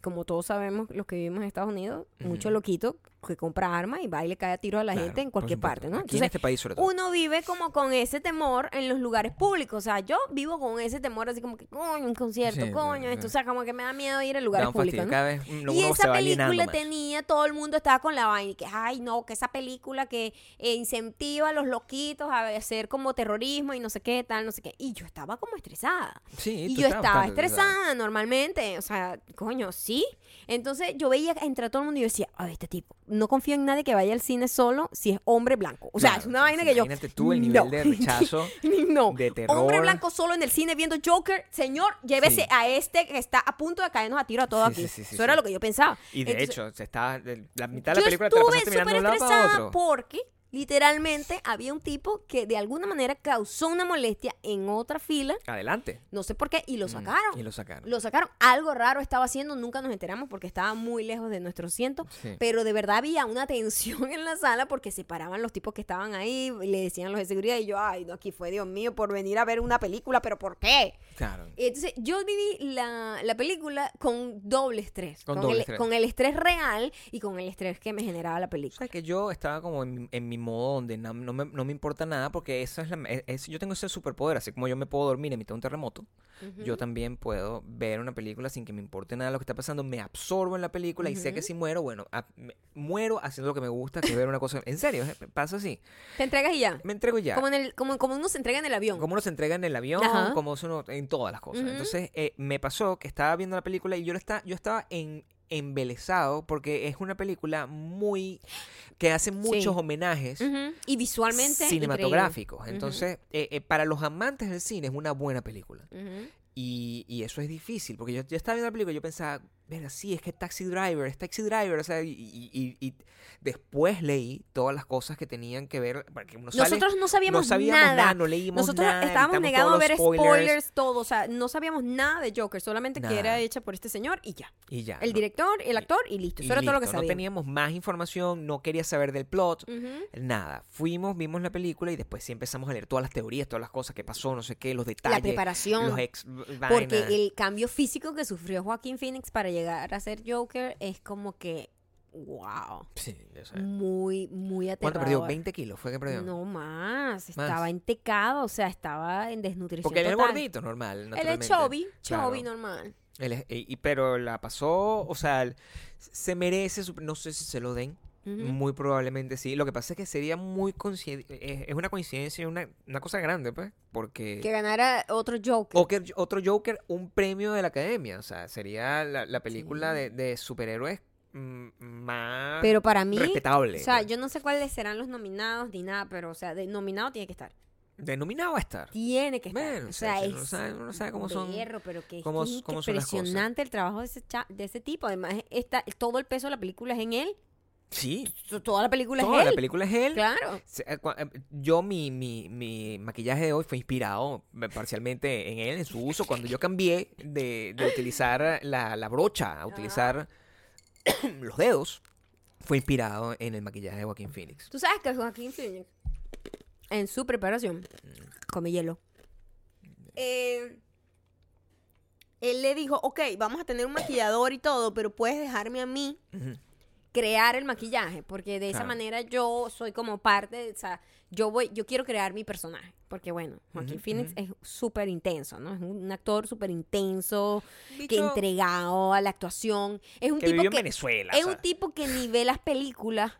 Speaker 1: como todos sabemos los que vivimos en Estados Unidos, mucho
Speaker 2: Ujú.
Speaker 1: loquito que compra armas y va y le cae a tiro a la
Speaker 2: Claro,
Speaker 1: gente en
Speaker 2: por
Speaker 1: cualquier
Speaker 2: supuesto.
Speaker 1: parte, ¿no?
Speaker 2: Aquí
Speaker 1: Entonces,
Speaker 2: en este país, sobre todo.
Speaker 1: uno vive como con ese temor en los lugares públicos. O sea, yo vivo con ese temor así como que, coño, un concierto,
Speaker 2: Sí,
Speaker 1: coño,
Speaker 2: no,
Speaker 1: esto.
Speaker 2: no.
Speaker 1: O sea, como que me da miedo ir a
Speaker 2: Da
Speaker 1: lugares
Speaker 2: un
Speaker 1: públicos,
Speaker 2: fastidio.
Speaker 1: ¿no?
Speaker 2: Cada vez uno
Speaker 1: Y
Speaker 2: se
Speaker 1: esa
Speaker 2: va alienando
Speaker 1: película
Speaker 2: más.
Speaker 1: tenía, todo el mundo estaba con la vaina y que, ay, no, que esa película que eh, incentiva a los loquitos a hacer como terrorismo y no sé qué, tal, no sé qué. Y yo estaba como estresada.
Speaker 2: Sí,
Speaker 1: Y
Speaker 2: tú
Speaker 1: yo
Speaker 2: estabas
Speaker 1: estaba
Speaker 2: bastante estresada.
Speaker 1: estresada normalmente, o sea, coño, sí. Entonces yo veía entrar todo el mundo y yo decía, a este tipo, no confío en nadie que vaya al cine solo si es hombre blanco. O sea,
Speaker 2: Claro,
Speaker 1: es una vaina que yo...
Speaker 2: Imagínate tú el nivel
Speaker 1: no.
Speaker 2: de rechazo.
Speaker 1: No,
Speaker 2: de
Speaker 1: hombre
Speaker 2: terror.
Speaker 1: blanco solo en el cine viendo Joker, señor, llévese
Speaker 2: Sí.
Speaker 1: a este que está a punto de caernos a tiro a todo
Speaker 2: Sí,
Speaker 1: aquí.
Speaker 2: sí, sí, sí,
Speaker 1: Eso era
Speaker 2: sí.
Speaker 1: lo que yo pensaba.
Speaker 2: Y de
Speaker 1: Entonces,
Speaker 2: hecho, se estaba, de- la mitad de la
Speaker 1: yo
Speaker 2: película te la
Speaker 1: estuve
Speaker 2: pasaste mirando de
Speaker 1: súper
Speaker 2: un lado para
Speaker 1: estresada
Speaker 2: otro.
Speaker 1: porque literalmente había un tipo que de alguna manera causó una molestia en otra fila,
Speaker 2: Adelante.
Speaker 1: no sé por qué, y lo
Speaker 2: Mm,
Speaker 1: sacaron.
Speaker 2: Y lo sacaron.
Speaker 1: Lo sacaron. Algo raro estaba haciendo, nunca nos enteramos porque estaba muy lejos de nuestro asiento.
Speaker 2: Sí.
Speaker 1: Pero de verdad había una tensión en la sala porque se paraban los tipos que estaban ahí, y le decían los de seguridad y yo, ay, no, aquí fue Dios mío por venir a ver una película, pero ¿por qué?
Speaker 2: Claro.
Speaker 1: Entonces, yo viví la, la película con doble estrés.
Speaker 2: Con doble
Speaker 1: el,
Speaker 2: estrés.
Speaker 1: Con el estrés real y con el estrés que me generaba la
Speaker 2: O
Speaker 1: película.
Speaker 2: sea, que yo estaba como en, mi- en mi modo donde no, no me, no me importa nada porque esa es la, es- es- yo tengo ese superpoder. Así como yo me puedo dormir en mitad de un terremoto, yo también puedo ver una película sin que me importe nada lo que está pasando. Me absorbo en la película y sé que si muero, bueno, a- me- muero haciendo lo que me gusta, que es ver una cosa. En serio, eh, pasa así.
Speaker 1: Te entregas y ya.
Speaker 2: Me entrego y ya.
Speaker 1: Como, en el, como, como uno se entrega en el avión.
Speaker 2: Cómo uno se entrega en el avión,
Speaker 1: Ajá.
Speaker 2: cómo es uno- en todas las cosas.
Speaker 1: Ujú.
Speaker 2: Entonces, eh, me pasó que estaba viendo la película y yo, lo está, yo estaba en, embelesado porque es una película muy. que hace muchos homenajes
Speaker 1: Ujú. Y visualmente.
Speaker 2: cinematográficos.
Speaker 1: increíble.
Speaker 2: Entonces, eh, eh, para los amantes del cine es una buena película.
Speaker 1: Ujú. Ujú.
Speaker 2: Y, y eso es difícil, porque yo, yo estaba viendo la película y yo pensaba, verga, sí, es que Taxi Driver, es Taxi Driver, o sea, y, y- y- y después leí todas las cosas que tenían que ver, porque uno sale-
Speaker 1: Nosotros no sabíamos,
Speaker 2: no sabíamos nada,
Speaker 1: nada.
Speaker 2: no leímos
Speaker 1: Nosotros
Speaker 2: nada,
Speaker 1: estábamos
Speaker 2: evitamos
Speaker 1: negados a
Speaker 2: todos
Speaker 1: ver
Speaker 2: los
Speaker 1: spoilers. todo. O sea, no sabíamos nada de Joker, solamente que
Speaker 2: Nada.
Speaker 1: era hecha por este señor y ya.
Speaker 2: Y ya.
Speaker 1: El
Speaker 2: ¿no?
Speaker 1: director, el actor y listo.
Speaker 2: Y
Speaker 1: Eso era todo lo que
Speaker 2: listo, No
Speaker 1: sabíamos.
Speaker 2: teníamos más información, no quería saber del plot,
Speaker 1: Ujú.
Speaker 2: nada. Fuimos, vimos la película y después sí empezamos a leer todas las teorías, todas las cosas que pasó, no sé qué, los detalles.
Speaker 1: La preparación.
Speaker 2: Los ex.
Speaker 1: Porque
Speaker 2: vainas.
Speaker 1: el cambio físico que sufrió Joaquín Phoenix para llegar a ser Joker es como que, wow,
Speaker 2: Sí, o sea,
Speaker 1: muy, muy
Speaker 2: ¿Cuánto
Speaker 1: aterrador.
Speaker 2: perdió? ¿20 kilos fue que perdió?
Speaker 1: Mm, No más, estaba en pecado, o sea, estaba en desnutrición
Speaker 2: Porque él es
Speaker 1: total.
Speaker 2: gordito, normal.
Speaker 1: Él es
Speaker 2: naturalmente.
Speaker 1: chubby,
Speaker 2: Claro.
Speaker 1: chubby normal.
Speaker 2: Él es- y- y- pero la pasó, o sea, el- se merece, su- no sé si se lo den.
Speaker 1: Ujú.
Speaker 2: Muy probablemente sí. Lo que pasa es que sería muy coinciden- es, es una coincidencia, una, una cosa grande, pues, porque...
Speaker 1: Que ganara otro Joker.
Speaker 2: O que otro Joker, un premio de la academia. O sea, sería la, la película
Speaker 1: Sí.
Speaker 2: de, de superhéroes mm, más
Speaker 1: Pero para mí,
Speaker 2: respetable.
Speaker 1: o sea,
Speaker 2: pues.
Speaker 1: yo no sé cuáles serán los nominados ni nada, pero, o sea, de nominado tiene que estar.
Speaker 2: Denominado a estar.
Speaker 1: Tiene que estar.
Speaker 2: Bueno,
Speaker 1: o
Speaker 2: o
Speaker 1: sea,
Speaker 2: sea, si
Speaker 1: es.
Speaker 2: uno sabe- uno sabe cómo son-
Speaker 1: berro, pero que es
Speaker 2: cómo
Speaker 1: que
Speaker 2: s-
Speaker 1: es
Speaker 2: cómo son las cosas.
Speaker 1: impresionante el trabajo de ese, cha- de ese tipo. Además, está, todo el peso de la película es en él.
Speaker 2: Sí.
Speaker 1: To- Toda la película
Speaker 2: Toda
Speaker 1: es
Speaker 2: la
Speaker 1: él.
Speaker 2: película es él.
Speaker 1: Claro.
Speaker 2: Se- eh, cua- eh, Yo, mi, mi, mi maquillaje de hoy fue inspirado eh, parcialmente en él, en su uso. Cuando yo cambié de, de utilizar la, la brocha a utilizar los dedos, fue inspirado en el maquillaje de Joaquín Phoenix.
Speaker 1: Tú sabes que Joaquín Phoenix, en su preparación, come hielo. Eh, él le dijo, ok, vamos a tener un maquillador y todo, pero puedes dejarme a mí
Speaker 2: Ujú.
Speaker 1: crear el maquillaje, porque de esa
Speaker 2: Claro.
Speaker 1: manera yo soy como parte, de- o sea, yo voy, yo quiero crear mi personaje, porque bueno, Joaquín
Speaker 2: Ujú,
Speaker 1: Phoenix es súper intenso, ¿no? Es un actor súper intenso, que
Speaker 2: Bicho
Speaker 1: entregado a la actuación, es un
Speaker 2: que
Speaker 1: tipo
Speaker 2: vivió en
Speaker 1: que
Speaker 2: Venezuela.
Speaker 1: es
Speaker 2: o
Speaker 1: un
Speaker 2: sea,
Speaker 1: tipo que ni ve las películas,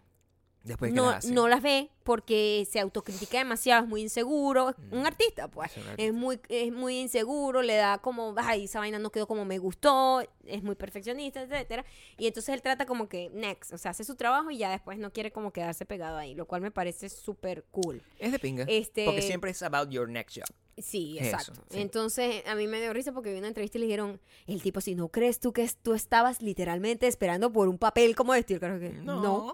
Speaker 2: después que
Speaker 1: no,
Speaker 2: las hace.
Speaker 1: no las ve porque se autocritica demasiado, es muy inseguro, es un artista, pues,
Speaker 2: Mm. es un artista.
Speaker 1: es muy, es muy inseguro, le da como, ay, esa vaina no quedó como me gustó, es muy perfeccionista, etcétera, y entonces él trata como que next, o sea, hace su trabajo y ya después no quiere como quedarse pegado ahí, lo cual me parece súper cool.
Speaker 2: Es de pinga.
Speaker 1: Este-
Speaker 2: Porque siempre es about your next job.
Speaker 1: Sí,
Speaker 2: Eso,
Speaker 1: exacto.
Speaker 2: sí.
Speaker 1: Entonces, a mí me dio risa porque vi una entrevista y le dijeron, el tipo, si no crees tú que es- tú estabas literalmente esperando por un papel como este, Y el carajo que no.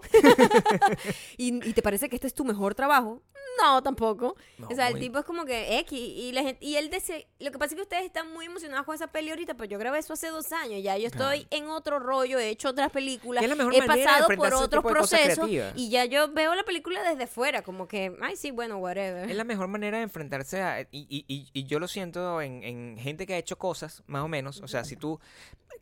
Speaker 1: ¿Y, y te parece que este es tu mejor trabajo? No, tampoco.
Speaker 2: No,
Speaker 1: o sea, el
Speaker 2: muy-
Speaker 1: tipo es como que X. Y, la gente- y él dice, lo que pasa es que ustedes están muy emocionados con esa peli ahorita, pero yo grabé eso hace dos años. Ya yo estoy en otro rollo, he hecho otras películas,
Speaker 2: Y es la mejor
Speaker 1: he
Speaker 2: manera de
Speaker 1: pasado por
Speaker 2: enfrentarse a ese
Speaker 1: otros
Speaker 2: tipo de cosas
Speaker 1: procesos
Speaker 2: creativas.
Speaker 1: y ya yo veo la película desde fuera, como que, ay, sí, bueno, whatever.
Speaker 2: Es la mejor manera de enfrentarse a... Y, y- y- y yo lo siento en, en gente que ha hecho cosas, más o menos. O sea, si tú...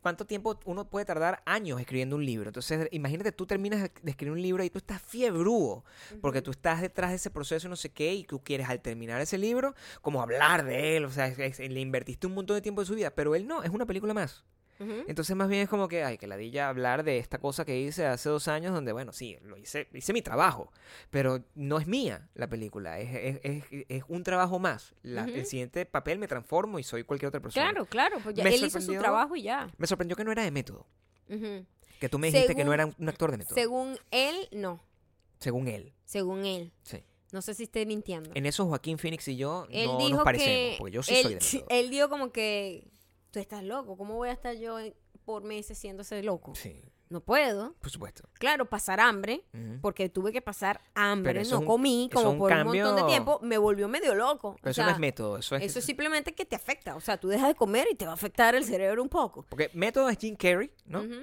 Speaker 2: ¿Cuánto tiempo uno puede tardar años escribiendo un libro? Entonces, imagínate, tú terminas de escribir un libro y tú estás fiebrudo, porque tú estás detrás de ese proceso y no sé qué, y tú quieres al terminar ese libro, como hablar de él, o sea, es- es- le invertiste un montón de tiempo de su vida, pero él no, es una película más.
Speaker 1: Ujú.
Speaker 2: Entonces, más bien es como que, ay, que ladilla hablar de esta cosa que hice hace dos años, donde, bueno, sí, lo hice, hice mi trabajo, pero no es mía la película, es, es- es- es un trabajo más. La-
Speaker 1: Ujú.
Speaker 2: El siguiente papel me transformo y soy cualquier otra persona.
Speaker 1: Claro, claro, pues ya
Speaker 2: Me
Speaker 1: él hizo su
Speaker 2: sorprendió-
Speaker 1: trabajo y ya.
Speaker 2: Me sorprendió que no era de método,
Speaker 1: Ujú.
Speaker 2: que tú me dijiste que no
Speaker 1: Según-
Speaker 2: era un actor de método,
Speaker 1: Según él, no.
Speaker 2: según él.
Speaker 1: Según él.
Speaker 2: Sí.
Speaker 1: No sé si esté mintiendo.
Speaker 2: En eso Joaquín Phoenix y yo
Speaker 1: él
Speaker 2: no
Speaker 1: dijo
Speaker 2: nos parecemos,
Speaker 1: que
Speaker 2: porque yo sí
Speaker 1: él,
Speaker 2: soy de método.
Speaker 1: él dijo como que tú estás loco, ¿cómo voy a estar yo en- por meses siéndose loco?
Speaker 2: Sí,
Speaker 1: No puedo.
Speaker 2: por supuesto.
Speaker 1: Claro, pasar hambre,
Speaker 2: Ujú.
Speaker 1: porque tuve que pasar hambre,
Speaker 2: Pero eso
Speaker 1: no
Speaker 2: es un-
Speaker 1: comí
Speaker 2: eso
Speaker 1: como
Speaker 2: es un
Speaker 1: por
Speaker 2: cambio-
Speaker 1: un montón de tiempo, me volvió medio loco.
Speaker 2: Pero
Speaker 1: o
Speaker 2: eso no
Speaker 1: sea,
Speaker 2: es método, eso es...
Speaker 1: eso es simplemente que te afecta, o sea, tú dejas de comer y te va a afectar el cerebro un poco.
Speaker 2: Porque método es Jim Carrey, ¿no?
Speaker 1: Ujú.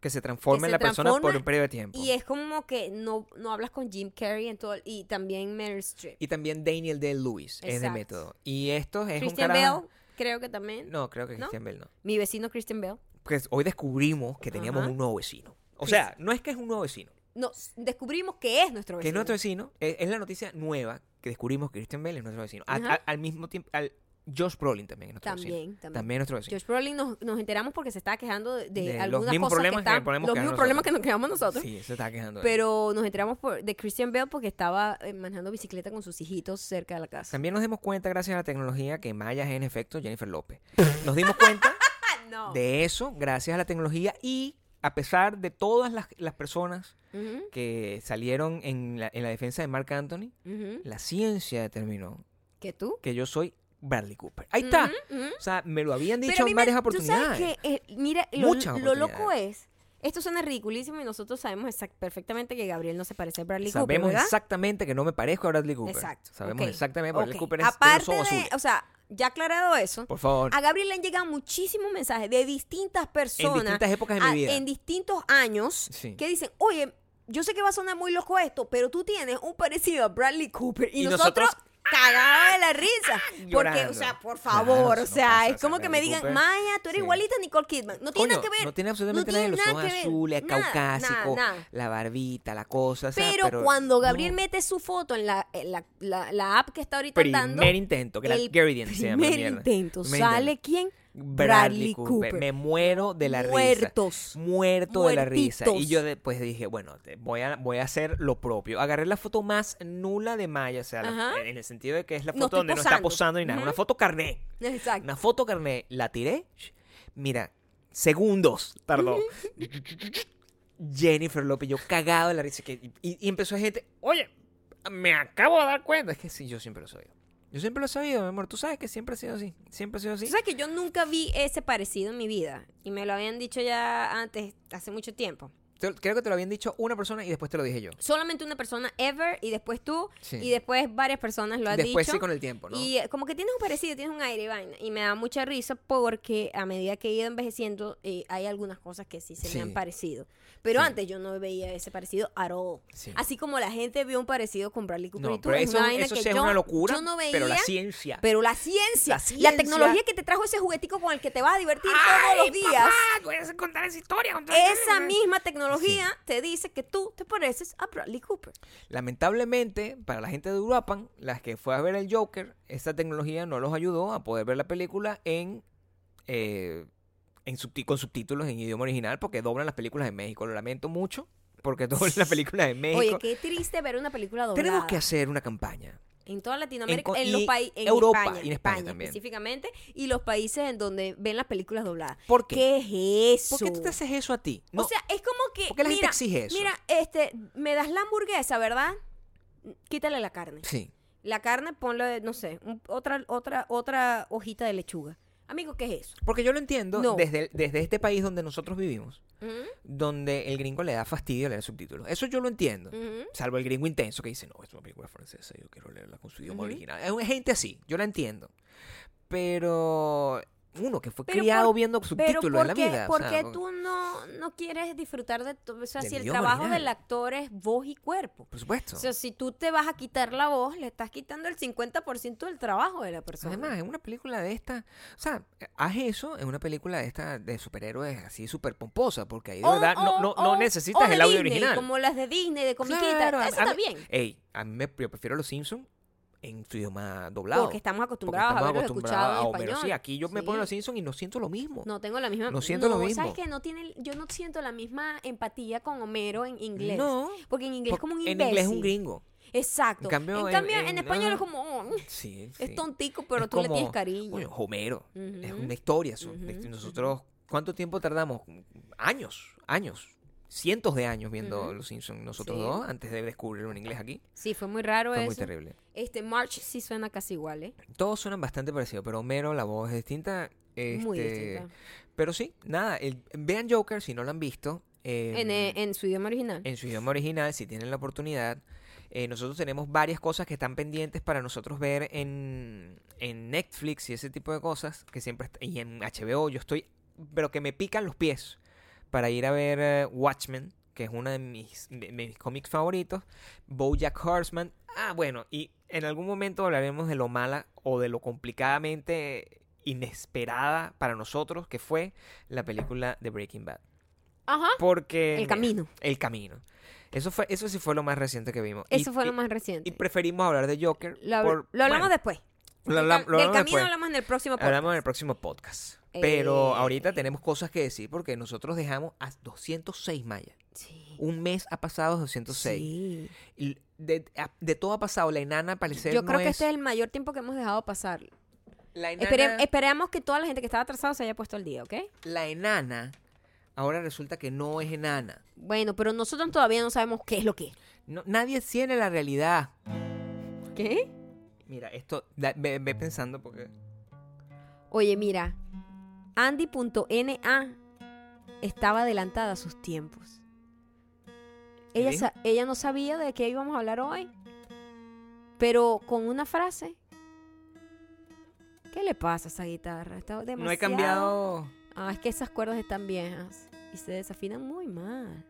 Speaker 2: Que se transforma
Speaker 1: Que
Speaker 2: en
Speaker 1: se
Speaker 2: la persona por
Speaker 1: transforma
Speaker 2: un periodo de tiempo.
Speaker 1: Y es como que no, no hablas con Jim Carrey en todo, y también Meryl Streep.
Speaker 2: Y también Daniel Day Lewis es de
Speaker 1: Exacto.
Speaker 2: método. Y estos es
Speaker 1: Christian
Speaker 2: un carajo.
Speaker 1: Bale, creo que también.
Speaker 2: No, creo que
Speaker 1: ¿No?
Speaker 2: Christian Bell no.
Speaker 1: Mi vecino Christian Bale.
Speaker 2: Pues hoy descubrimos que teníamos
Speaker 1: Ajá.
Speaker 2: un nuevo vecino. O
Speaker 1: Chris-
Speaker 2: sea, no es que es un nuevo vecino.
Speaker 1: Nos descubrimos que es nuestro
Speaker 2: Que es
Speaker 1: vecino.
Speaker 2: nuestro vecino. Es, es la noticia nueva que descubrimos que Christian Bell es nuestro vecino. A-
Speaker 1: Ajá.
Speaker 2: a- al mismo tiempo, al Josh Brolin también es nuestro vecino.
Speaker 1: También, también.
Speaker 2: También es nuestro vecino.
Speaker 1: Josh Brolin nos, nos enteramos porque se estaba quejando de, de
Speaker 2: De los
Speaker 1: algunas
Speaker 2: mismos
Speaker 1: cosas
Speaker 2: problemas que
Speaker 1: que, estaban-
Speaker 2: ponemos
Speaker 1: los
Speaker 2: que a
Speaker 1: mismos
Speaker 2: nosotros.
Speaker 1: problemas que nos quejamos nosotros.
Speaker 2: Sí, se está quejando. de él.
Speaker 1: Pero nos enteramos por, de Christian Bale porque estaba eh, manejando bicicleta con sus hijitos cerca de la casa.
Speaker 2: También nos dimos cuenta, gracias a la tecnología, que Maya es en efecto Jennifer López. Nos dimos cuenta
Speaker 1: Ah, no.
Speaker 2: de eso, gracias a la tecnología y a pesar de todas las, las personas
Speaker 1: Ujú,
Speaker 2: que salieron en la, en la defensa de Mark Anthony,
Speaker 1: ujú.
Speaker 2: la ciencia determinó
Speaker 1: ¿Que tú?
Speaker 2: que yo soy Bradley Cooper. Ahí está.
Speaker 1: Ujú, ujú.
Speaker 2: O sea, me lo habían
Speaker 1: Pero
Speaker 2: dicho
Speaker 1: a mí
Speaker 2: en
Speaker 1: me-
Speaker 2: varias
Speaker 1: tú sabes
Speaker 2: oportunidades.
Speaker 1: que, eh, mira, lo,
Speaker 2: Muchas
Speaker 1: lo loco
Speaker 2: oportunidades.
Speaker 1: es, esto suena ridiculísimo y nosotros sabemos exact- perfectamente que Gabriel no se parece a Bradley Cooper,
Speaker 2: Sabemos
Speaker 1: ¿verdad?
Speaker 2: exactamente que no me parezco a Bradley Cooper.
Speaker 1: Exacto.
Speaker 2: Sabemos
Speaker 1: ok,
Speaker 2: exactamente.
Speaker 1: ok.
Speaker 2: Bradley Cooper es
Speaker 1: Aparte
Speaker 2: de los ojos
Speaker 1: de,
Speaker 2: azules.
Speaker 1: o sea, ya aclarado eso,
Speaker 2: Por favor.
Speaker 1: a Gabriel le han llegado muchísimos mensajes de distintas personas.
Speaker 2: distintas épocas de mi
Speaker 1: a-
Speaker 2: vida.
Speaker 1: En distintos años
Speaker 2: Sí.
Speaker 1: que dicen, oye, yo sé que va a sonar muy loco esto, pero tú tienes un parecido a Bradley Cooper. Y,
Speaker 2: Y
Speaker 1: nosotros,
Speaker 2: nosotros,
Speaker 1: cagados de la risa. Porque,
Speaker 2: llorando.
Speaker 1: o sea, por
Speaker 2: Claro,
Speaker 1: favor,
Speaker 2: eso
Speaker 1: o
Speaker 2: no
Speaker 1: sea,
Speaker 2: pasa, o
Speaker 1: es
Speaker 2: sea,
Speaker 1: como que me
Speaker 2: Bradley
Speaker 1: digan,
Speaker 2: Cooper,
Speaker 1: Maya, tú eres
Speaker 2: sí.
Speaker 1: igualita a Nicole Kidman. No tiene nada que
Speaker 2: Coño,
Speaker 1: ver.
Speaker 2: No tiene absolutamente
Speaker 1: tiene
Speaker 2: nada de los ojos
Speaker 1: que ver.
Speaker 2: azules,
Speaker 1: Nada,
Speaker 2: caucásicos,
Speaker 1: nada, nada.
Speaker 2: la barbita, la cosa. o sea,
Speaker 1: Pero, cuando Gabriel
Speaker 2: no.
Speaker 1: mete su foto en la, en la, la- la app que está ahorita andando,
Speaker 2: Primer intento, que era
Speaker 1: el
Speaker 2: Gary Dent se llama la
Speaker 1: primer
Speaker 2: mierda.
Speaker 1: intento,
Speaker 2: Primer
Speaker 1: ¿sale
Speaker 2: intento.
Speaker 1: quién?
Speaker 2: Bradley Cooper. Me muero de la
Speaker 1: Muertos.
Speaker 2: risa. Muerto de la risa. Y
Speaker 1: Muertitos.
Speaker 2: yo después dije, bueno, te- voy a, voy a hacer lo propio. Agarré la foto más nula de Maya, o sea, la-
Speaker 1: Ajá.
Speaker 2: en el sentido de que es la
Speaker 1: No
Speaker 2: foto
Speaker 1: estoy
Speaker 2: donde no
Speaker 1: posando.
Speaker 2: está posando ni nada.
Speaker 1: Ujú.
Speaker 2: Una foto carné.
Speaker 1: Exacto.
Speaker 2: Una foto carné. La tiré. Mira, segundos tardó. Jennifer López, yo cagado de la risa. que- y, y empezó gente, oye, me acabo de dar cuenta. Es que sí, yo siempre lo he sabido. Yo siempre lo he sabido, mi amor. Tú sabes que siempre ha sido así. Siempre ha sido así.
Speaker 1: Tú sabes que yo nunca vi ese parecido en mi vida. Y me lo habían dicho ya antes, hace mucho tiempo.
Speaker 2: Te- creo que te lo habían dicho una persona y después te lo dije yo.
Speaker 1: Solamente una persona ever, y después tú,
Speaker 2: Sí.
Speaker 1: y después varias personas lo han
Speaker 2: después
Speaker 1: dicho.
Speaker 2: sí con el tiempo, ¿no?
Speaker 1: Y eh, como que tienes un parecido, tienes un aire y vaina. Y me da mucha risa porque a medida que he ido envejeciendo, eh, hay algunas cosas que sí se
Speaker 2: Sí.
Speaker 1: me han parecido. Pero
Speaker 2: Sí.
Speaker 1: antes yo no veía ese parecido at all.
Speaker 2: Sí.
Speaker 1: Así como la gente vio un parecido con Bradley Cooper y
Speaker 2: no,
Speaker 1: tú,
Speaker 2: pero
Speaker 1: es
Speaker 2: eso,
Speaker 1: una vaina
Speaker 2: eso
Speaker 1: que
Speaker 2: sí es
Speaker 1: yo,
Speaker 2: una locura.
Speaker 1: yo no veía.
Speaker 2: pero la ciencia.
Speaker 1: Pero la ciencia, la
Speaker 2: La ciencia.
Speaker 1: tecnología que te trajo ese juguetico con el que te vas a divertir
Speaker 2: ¡Ay,
Speaker 1: todos los días,
Speaker 2: papá! Voy a contar esa historia. contar-
Speaker 1: esa misma tecnología te dice que tú te pareces a Bradley Cooper.
Speaker 2: Lamentablemente, para la gente de Uruapan, las que fue a ver el Joker, esta tecnología no los ayudó a poder ver la película en, eh, en subti- con subtítulos en idioma original porque doblan las películas de México. Lo lamento mucho porque doblan las películas de México.
Speaker 1: Oye, qué triste ver una película doblada.
Speaker 2: Tenemos que hacer una campaña.
Speaker 1: en toda Latinoamérica,
Speaker 2: en co-
Speaker 1: en, los
Speaker 2: y
Speaker 1: países en
Speaker 2: Europa,
Speaker 1: España,
Speaker 2: y en España también.
Speaker 1: específicamente, y los países en donde ven las películas dobladas.
Speaker 2: ¿Por qué?
Speaker 1: ¿Qué es eso?
Speaker 2: ¿Por qué tú te haces eso a ti?
Speaker 1: O
Speaker 2: No,
Speaker 1: sea, es como que
Speaker 2: ¿Por qué la gente
Speaker 1: mira,
Speaker 2: exige eso?
Speaker 1: Mira, este, me das la hamburguesa, ¿verdad? Quítale la carne.
Speaker 2: sí.
Speaker 1: La carne, ponle, no sé, un- otra, otra, otra hojita de lechuga. Amigo, ¿qué es eso?
Speaker 2: Porque yo lo entiendo
Speaker 1: No.
Speaker 2: desde, el- desde este país donde nosotros vivimos,
Speaker 1: ¿Mm?
Speaker 2: donde el gringo le da fastidio leer subtítulos. Eso yo lo entiendo.
Speaker 1: ¿Mm?
Speaker 2: Salvo el gringo intenso que dice, no, es una película francesa, yo quiero leerla con su idioma
Speaker 1: Ujú.
Speaker 2: original. Es gente así, yo la entiendo. Pero uno que fue
Speaker 1: Pero
Speaker 2: criado
Speaker 1: por-
Speaker 2: viendo
Speaker 1: Pero
Speaker 2: subtítulos
Speaker 1: ¿por
Speaker 2: en la
Speaker 1: qué,
Speaker 2: vida. o
Speaker 1: por
Speaker 2: sea,
Speaker 1: qué
Speaker 2: no-
Speaker 1: tú no, no quieres disfrutar de todo? O sea,
Speaker 2: Del
Speaker 1: si el
Speaker 2: idioma
Speaker 1: trabajo
Speaker 2: original.
Speaker 1: del actor es voz y cuerpo.
Speaker 2: Por supuesto.
Speaker 1: O sea, si tú te vas a quitar la voz, le estás quitando el 50% del trabajo de la persona.
Speaker 2: Además, en una película de esta, o sea, haz eso en una película de esta de superhéroes así súper pomposa, porque ahí de
Speaker 1: O-
Speaker 2: verdad no,
Speaker 1: o-
Speaker 2: no, no
Speaker 1: o- o
Speaker 2: necesitas
Speaker 1: de
Speaker 2: el audio
Speaker 1: Disney,
Speaker 2: original.
Speaker 1: Como las de Disney, de comiquita.
Speaker 2: Claro, a-
Speaker 1: eso
Speaker 2: a
Speaker 1: está
Speaker 2: mí-
Speaker 1: bien.
Speaker 2: Ey, a mí me, yo prefiero los Simpsons en su idioma doblado.
Speaker 1: Porque estamos
Speaker 2: porque
Speaker 1: acostumbrados
Speaker 2: estamos
Speaker 1: a haberlos
Speaker 2: acostumbrados
Speaker 1: escuchado en
Speaker 2: a Homero.
Speaker 1: español.
Speaker 2: Sí, aquí yo me
Speaker 1: Sí.
Speaker 2: pongo los Simpsons y no siento lo mismo.
Speaker 1: No tengo la misma.
Speaker 2: No siento lo mismo.
Speaker 1: ¿Sabes que no tiene, yo no siento la misma empatía con Homero en inglés?
Speaker 2: No,
Speaker 1: Porque en inglés es
Speaker 2: por-
Speaker 1: como un
Speaker 2: en
Speaker 1: imbécil.
Speaker 2: inglés es un gringo.
Speaker 1: Exacto.
Speaker 2: En cambio, en-
Speaker 1: en,
Speaker 2: en-
Speaker 1: español
Speaker 2: ajá.
Speaker 1: es como. "Oh,
Speaker 2: Sí, sí.
Speaker 1: Es tontico, pero
Speaker 2: Es
Speaker 1: tú le
Speaker 2: como,
Speaker 1: tienes cariño.
Speaker 2: Coño, Homero. Es
Speaker 1: Ujú.
Speaker 2: una historia. su-
Speaker 1: Ujú,
Speaker 2: de- Nosotros, ¿cuánto tiempo tardamos? Años, años. Cientos de años viendo
Speaker 1: Ujú.
Speaker 2: Los Simpsons, nosotros
Speaker 1: Sí.
Speaker 2: dos, antes de descubrirlo en inglés aquí.
Speaker 1: Sí, fue muy raro
Speaker 2: Fue
Speaker 1: eso.
Speaker 2: muy terrible.
Speaker 1: Este March sí suena casi igual, ¿eh?
Speaker 2: Todos suenan bastante parecidos, pero Homero, la voz es distinta.
Speaker 1: Muy
Speaker 2: este,
Speaker 1: distinta.
Speaker 2: Pero sí, nada. el- vean Joker si no lo han visto. eh,
Speaker 1: En, eh, en su idioma original.
Speaker 2: en su idioma original, si tienen la oportunidad. Eh, nosotros tenemos varias cosas que están pendientes para nosotros ver en, en Netflix y ese tipo de cosas, que siempre est- y en HBO yo estoy, pero que me pican los pies para ir a ver eh, Watchmen, que es uno de mis, de mis cómics favoritos, BoJack Horseman, ah bueno, y en algún momento hablaremos de lo mala o de lo complicadamente inesperada para nosotros que fue la película de Breaking Bad.
Speaker 1: Ajá.
Speaker 2: Porque
Speaker 1: El camino.
Speaker 2: el camino. Eso fue, eso sí fue lo más reciente que vimos.
Speaker 1: Eso
Speaker 2: Y-
Speaker 1: fue lo
Speaker 2: y-
Speaker 1: más
Speaker 2: Y
Speaker 1: reciente.
Speaker 2: preferimos hablar de Joker.
Speaker 1: Lo, habl-
Speaker 2: por-
Speaker 1: lo hablamos
Speaker 2: bueno,
Speaker 1: después.
Speaker 2: lo
Speaker 1: Del
Speaker 2: hablam-
Speaker 1: cam-
Speaker 2: lo
Speaker 1: del
Speaker 2: hablamos
Speaker 1: camino
Speaker 2: después.
Speaker 1: hablamos en el próximo podcast.
Speaker 2: Hablamos en el próximo podcast. Pero
Speaker 1: Eh.
Speaker 2: ahorita tenemos cosas que decir porque nosotros dejamos a 206 mayas.
Speaker 1: Sí.
Speaker 2: Un mes ha pasado 206.
Speaker 1: Sí.
Speaker 2: Y De, a- de todo ha pasado. La enana, al parecer,
Speaker 1: Yo
Speaker 2: no
Speaker 1: creo que
Speaker 2: es-
Speaker 1: este es el mayor tiempo que hemos dejado pasar.
Speaker 2: La enana,
Speaker 1: Espere- esperemos que toda la gente que estaba atrasada se haya puesto al día, ¿ok?
Speaker 2: la enana ahora resulta que no es enana.
Speaker 1: Bueno, pero nosotros todavía no sabemos qué es lo que es.
Speaker 2: No- nadie tiene la realidad.
Speaker 1: ¿Qué?
Speaker 2: Mira, esto... da- ve- ve pensando porque...
Speaker 1: Oye, mira, Andy.na estaba adelantada a sus tiempos.
Speaker 2: ¿Qué
Speaker 1: Ella,
Speaker 2: dijo?
Speaker 1: sa- ella no sabía de qué íbamos a hablar hoy, pero con una frase. ¿Qué le pasa a esa guitarra? Está demasiado...
Speaker 2: No he cambiado...
Speaker 1: Ah, es que esas cuerdas están viejas y se desafinan muy mal.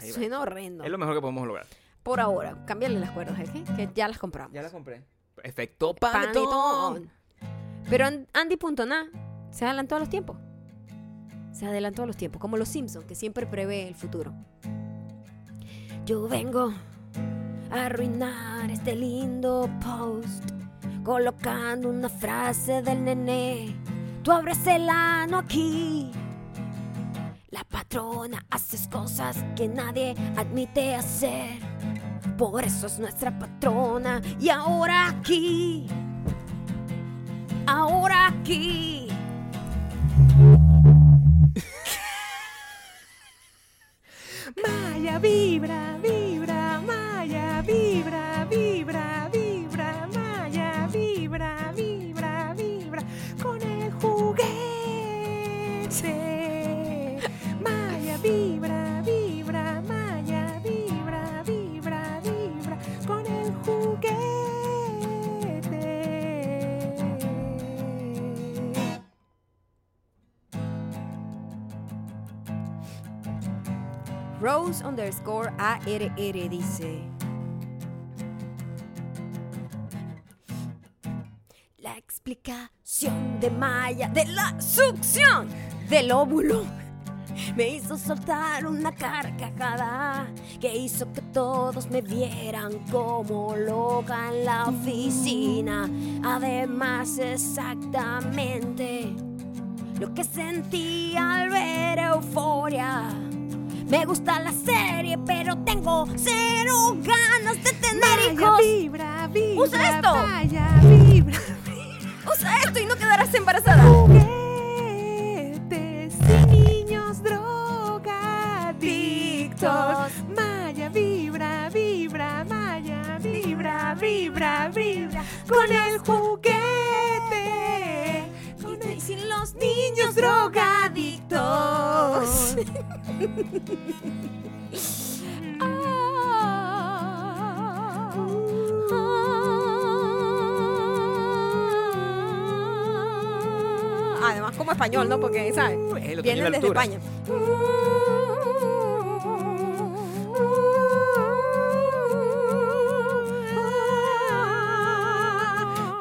Speaker 2: Ahí va.
Speaker 1: Suena horrendo.
Speaker 2: Es lo mejor que podemos lograr.
Speaker 1: Por ahora, cámbiale las cuerdas, ¿eh? que ya las compramos.
Speaker 2: Ya la compré. Efecto
Speaker 1: Panetón.
Speaker 2: panetón.
Speaker 1: Pero An- Andy.na se adelantó a los tiempos. Se adelantó a los tiempos, como los Simpsons, que siempre prevé el futuro. Yo vengo a arruinar este lindo post colocando una frase del nené. Tú abres el ano aquí. La patrona haces cosas que nadie admite hacer. Por eso es nuestra patrona. Y ahora aquí. Ahora aquí.
Speaker 2: Maya vibra, vibra, Maya vibra, vibra, vibra, Maya vibra, vibra, vibra con el juguete. Maya vibra, vibra, Maya vibra, vibra, vibra con el juguete.
Speaker 1: Rose underscore ARR dice. La explicación de Maya de la succión del óvulo me hizo soltar una carcajada que hizo que todos me vieran como loca en la oficina. Además, exactamente lo que sentí al ver euforia. Me gusta la serie, pero tengo cero ganas de tener hijos.
Speaker 2: vibra, vibra.
Speaker 1: Usa esto.
Speaker 2: Vaya, vibra.
Speaker 1: Usa esto y no quedarás embarazada.
Speaker 2: Juguetes y niños drogadictos. Maya, vibra, vibra,
Speaker 1: vibra, vibra, vibra con el juguete. Con el- sin los niños drogadictos. Ah, ah. Además, como español, ¿no? Porque, ¿sabes?
Speaker 2: Uh, es el otoño
Speaker 1: Vienen
Speaker 2: de
Speaker 1: desde
Speaker 2: altura.
Speaker 1: España.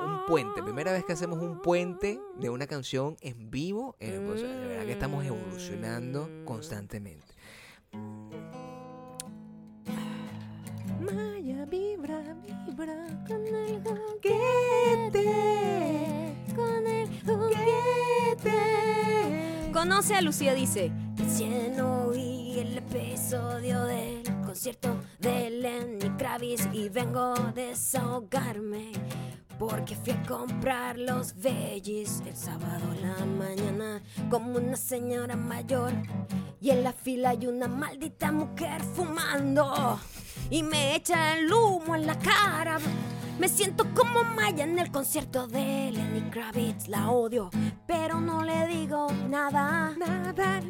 Speaker 2: Un puente. Primera vez que hacemos un puente de una canción en vivo. eh, pues, de verdad que estamos evolucionando constantemente.
Speaker 1: Maya vibra, vibra con el juguete. Con el juguete. Conoce a Lucía, dice. Lleno y el episodio del concierto de Lenny Kravis y vengo a desahogarme. Porque fui a comprar los veggies el sábado en la mañana como una señora mayor. Y en la fila hay una maldita mujer fumando y me echa el humo en la cara. Me siento como Maya en el concierto de Lenny Kravitz. La odio, pero no le digo nada.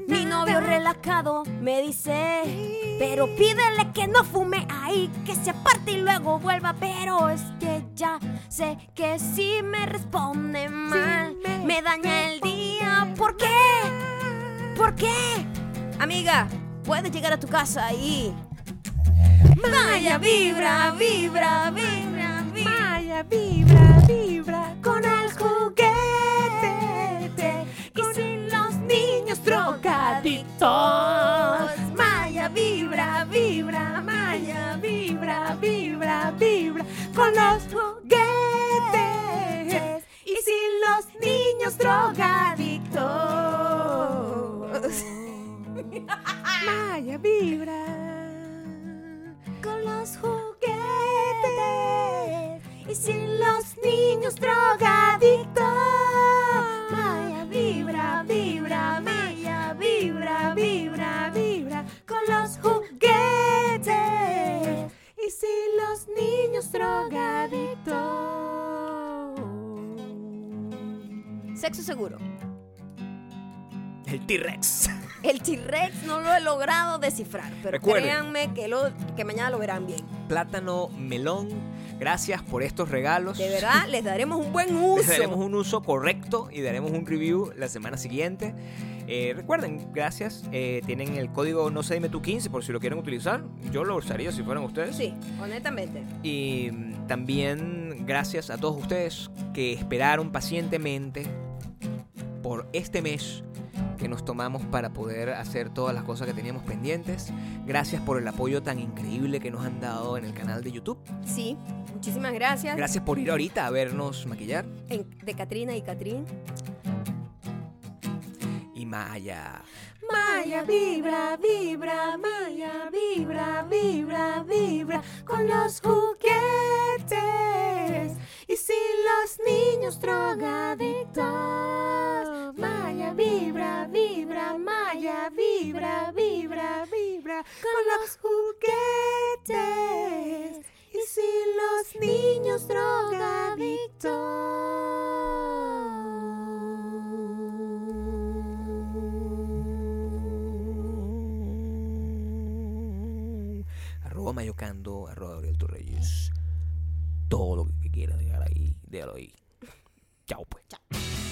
Speaker 1: Mi novio relajado me dice, pero pídele que no fume ahí, que se aparte y luego vuelva. Pero es que ya sé que si me responde mal, me, daña el día. ¿Por qué? ¿Por qué? Amiga, puedes llegar a tu casa y Maya vibra, vibra, vibra, vibra. Maya vibra, vibra. Con el juguete. Y sin los niños drogadictos. Maya vibra, vibra. Maya vibra, vibra, vibra. Con los juguetes. Y sin los niños drogadictos. Maya vibra con los juguetes y sin los niños drogadictos. Maya vibra, vibra, Maya vibra, vibra, vibra con los juguetes y sin los niños drogadictos. Sexo seguro.
Speaker 2: El T-Rex.
Speaker 1: El T-Rex no lo he logrado descifrar, pero
Speaker 2: Recuerden.
Speaker 1: créanme que, lo, que mañana lo verán bien.
Speaker 2: Plátano, melón. Gracias por estos regalos.
Speaker 1: De verdad, les daremos un buen uso.
Speaker 2: Les daremos un uso correcto y daremos un review la semana siguiente. Eh, recuerden, gracias. eh, tienen el código no se dime tú 15 por si lo quieren utilizar. Yo lo usaría si fueran ustedes.
Speaker 1: Sí, honestamente.
Speaker 2: Y mm, también gracias a todos ustedes que esperaron pacientemente por este mes que nos tomamos para poder hacer todas las cosas que teníamos pendientes. Gracias por el apoyo tan increíble que nos han dado en el canal de YouTube.
Speaker 1: Sí, muchísimas gracias.
Speaker 2: Gracias por ir ahorita a vernos maquillar.
Speaker 1: En- de Katrina y Catrín.
Speaker 2: Y Maya.
Speaker 1: Maya vibra, vibra, Maya vibra, vibra, vibra con los juguetes y sin los niños drogadictos. Maya vibra, vibra, Maya vibra, vibra, vibra con los juguetes y sin los niños drogadictos.
Speaker 2: Arroba Mayocando, arroba Gabriel Torreyes. Todo lo que quieras dejar ahí, déjalo ahí. Chao pues.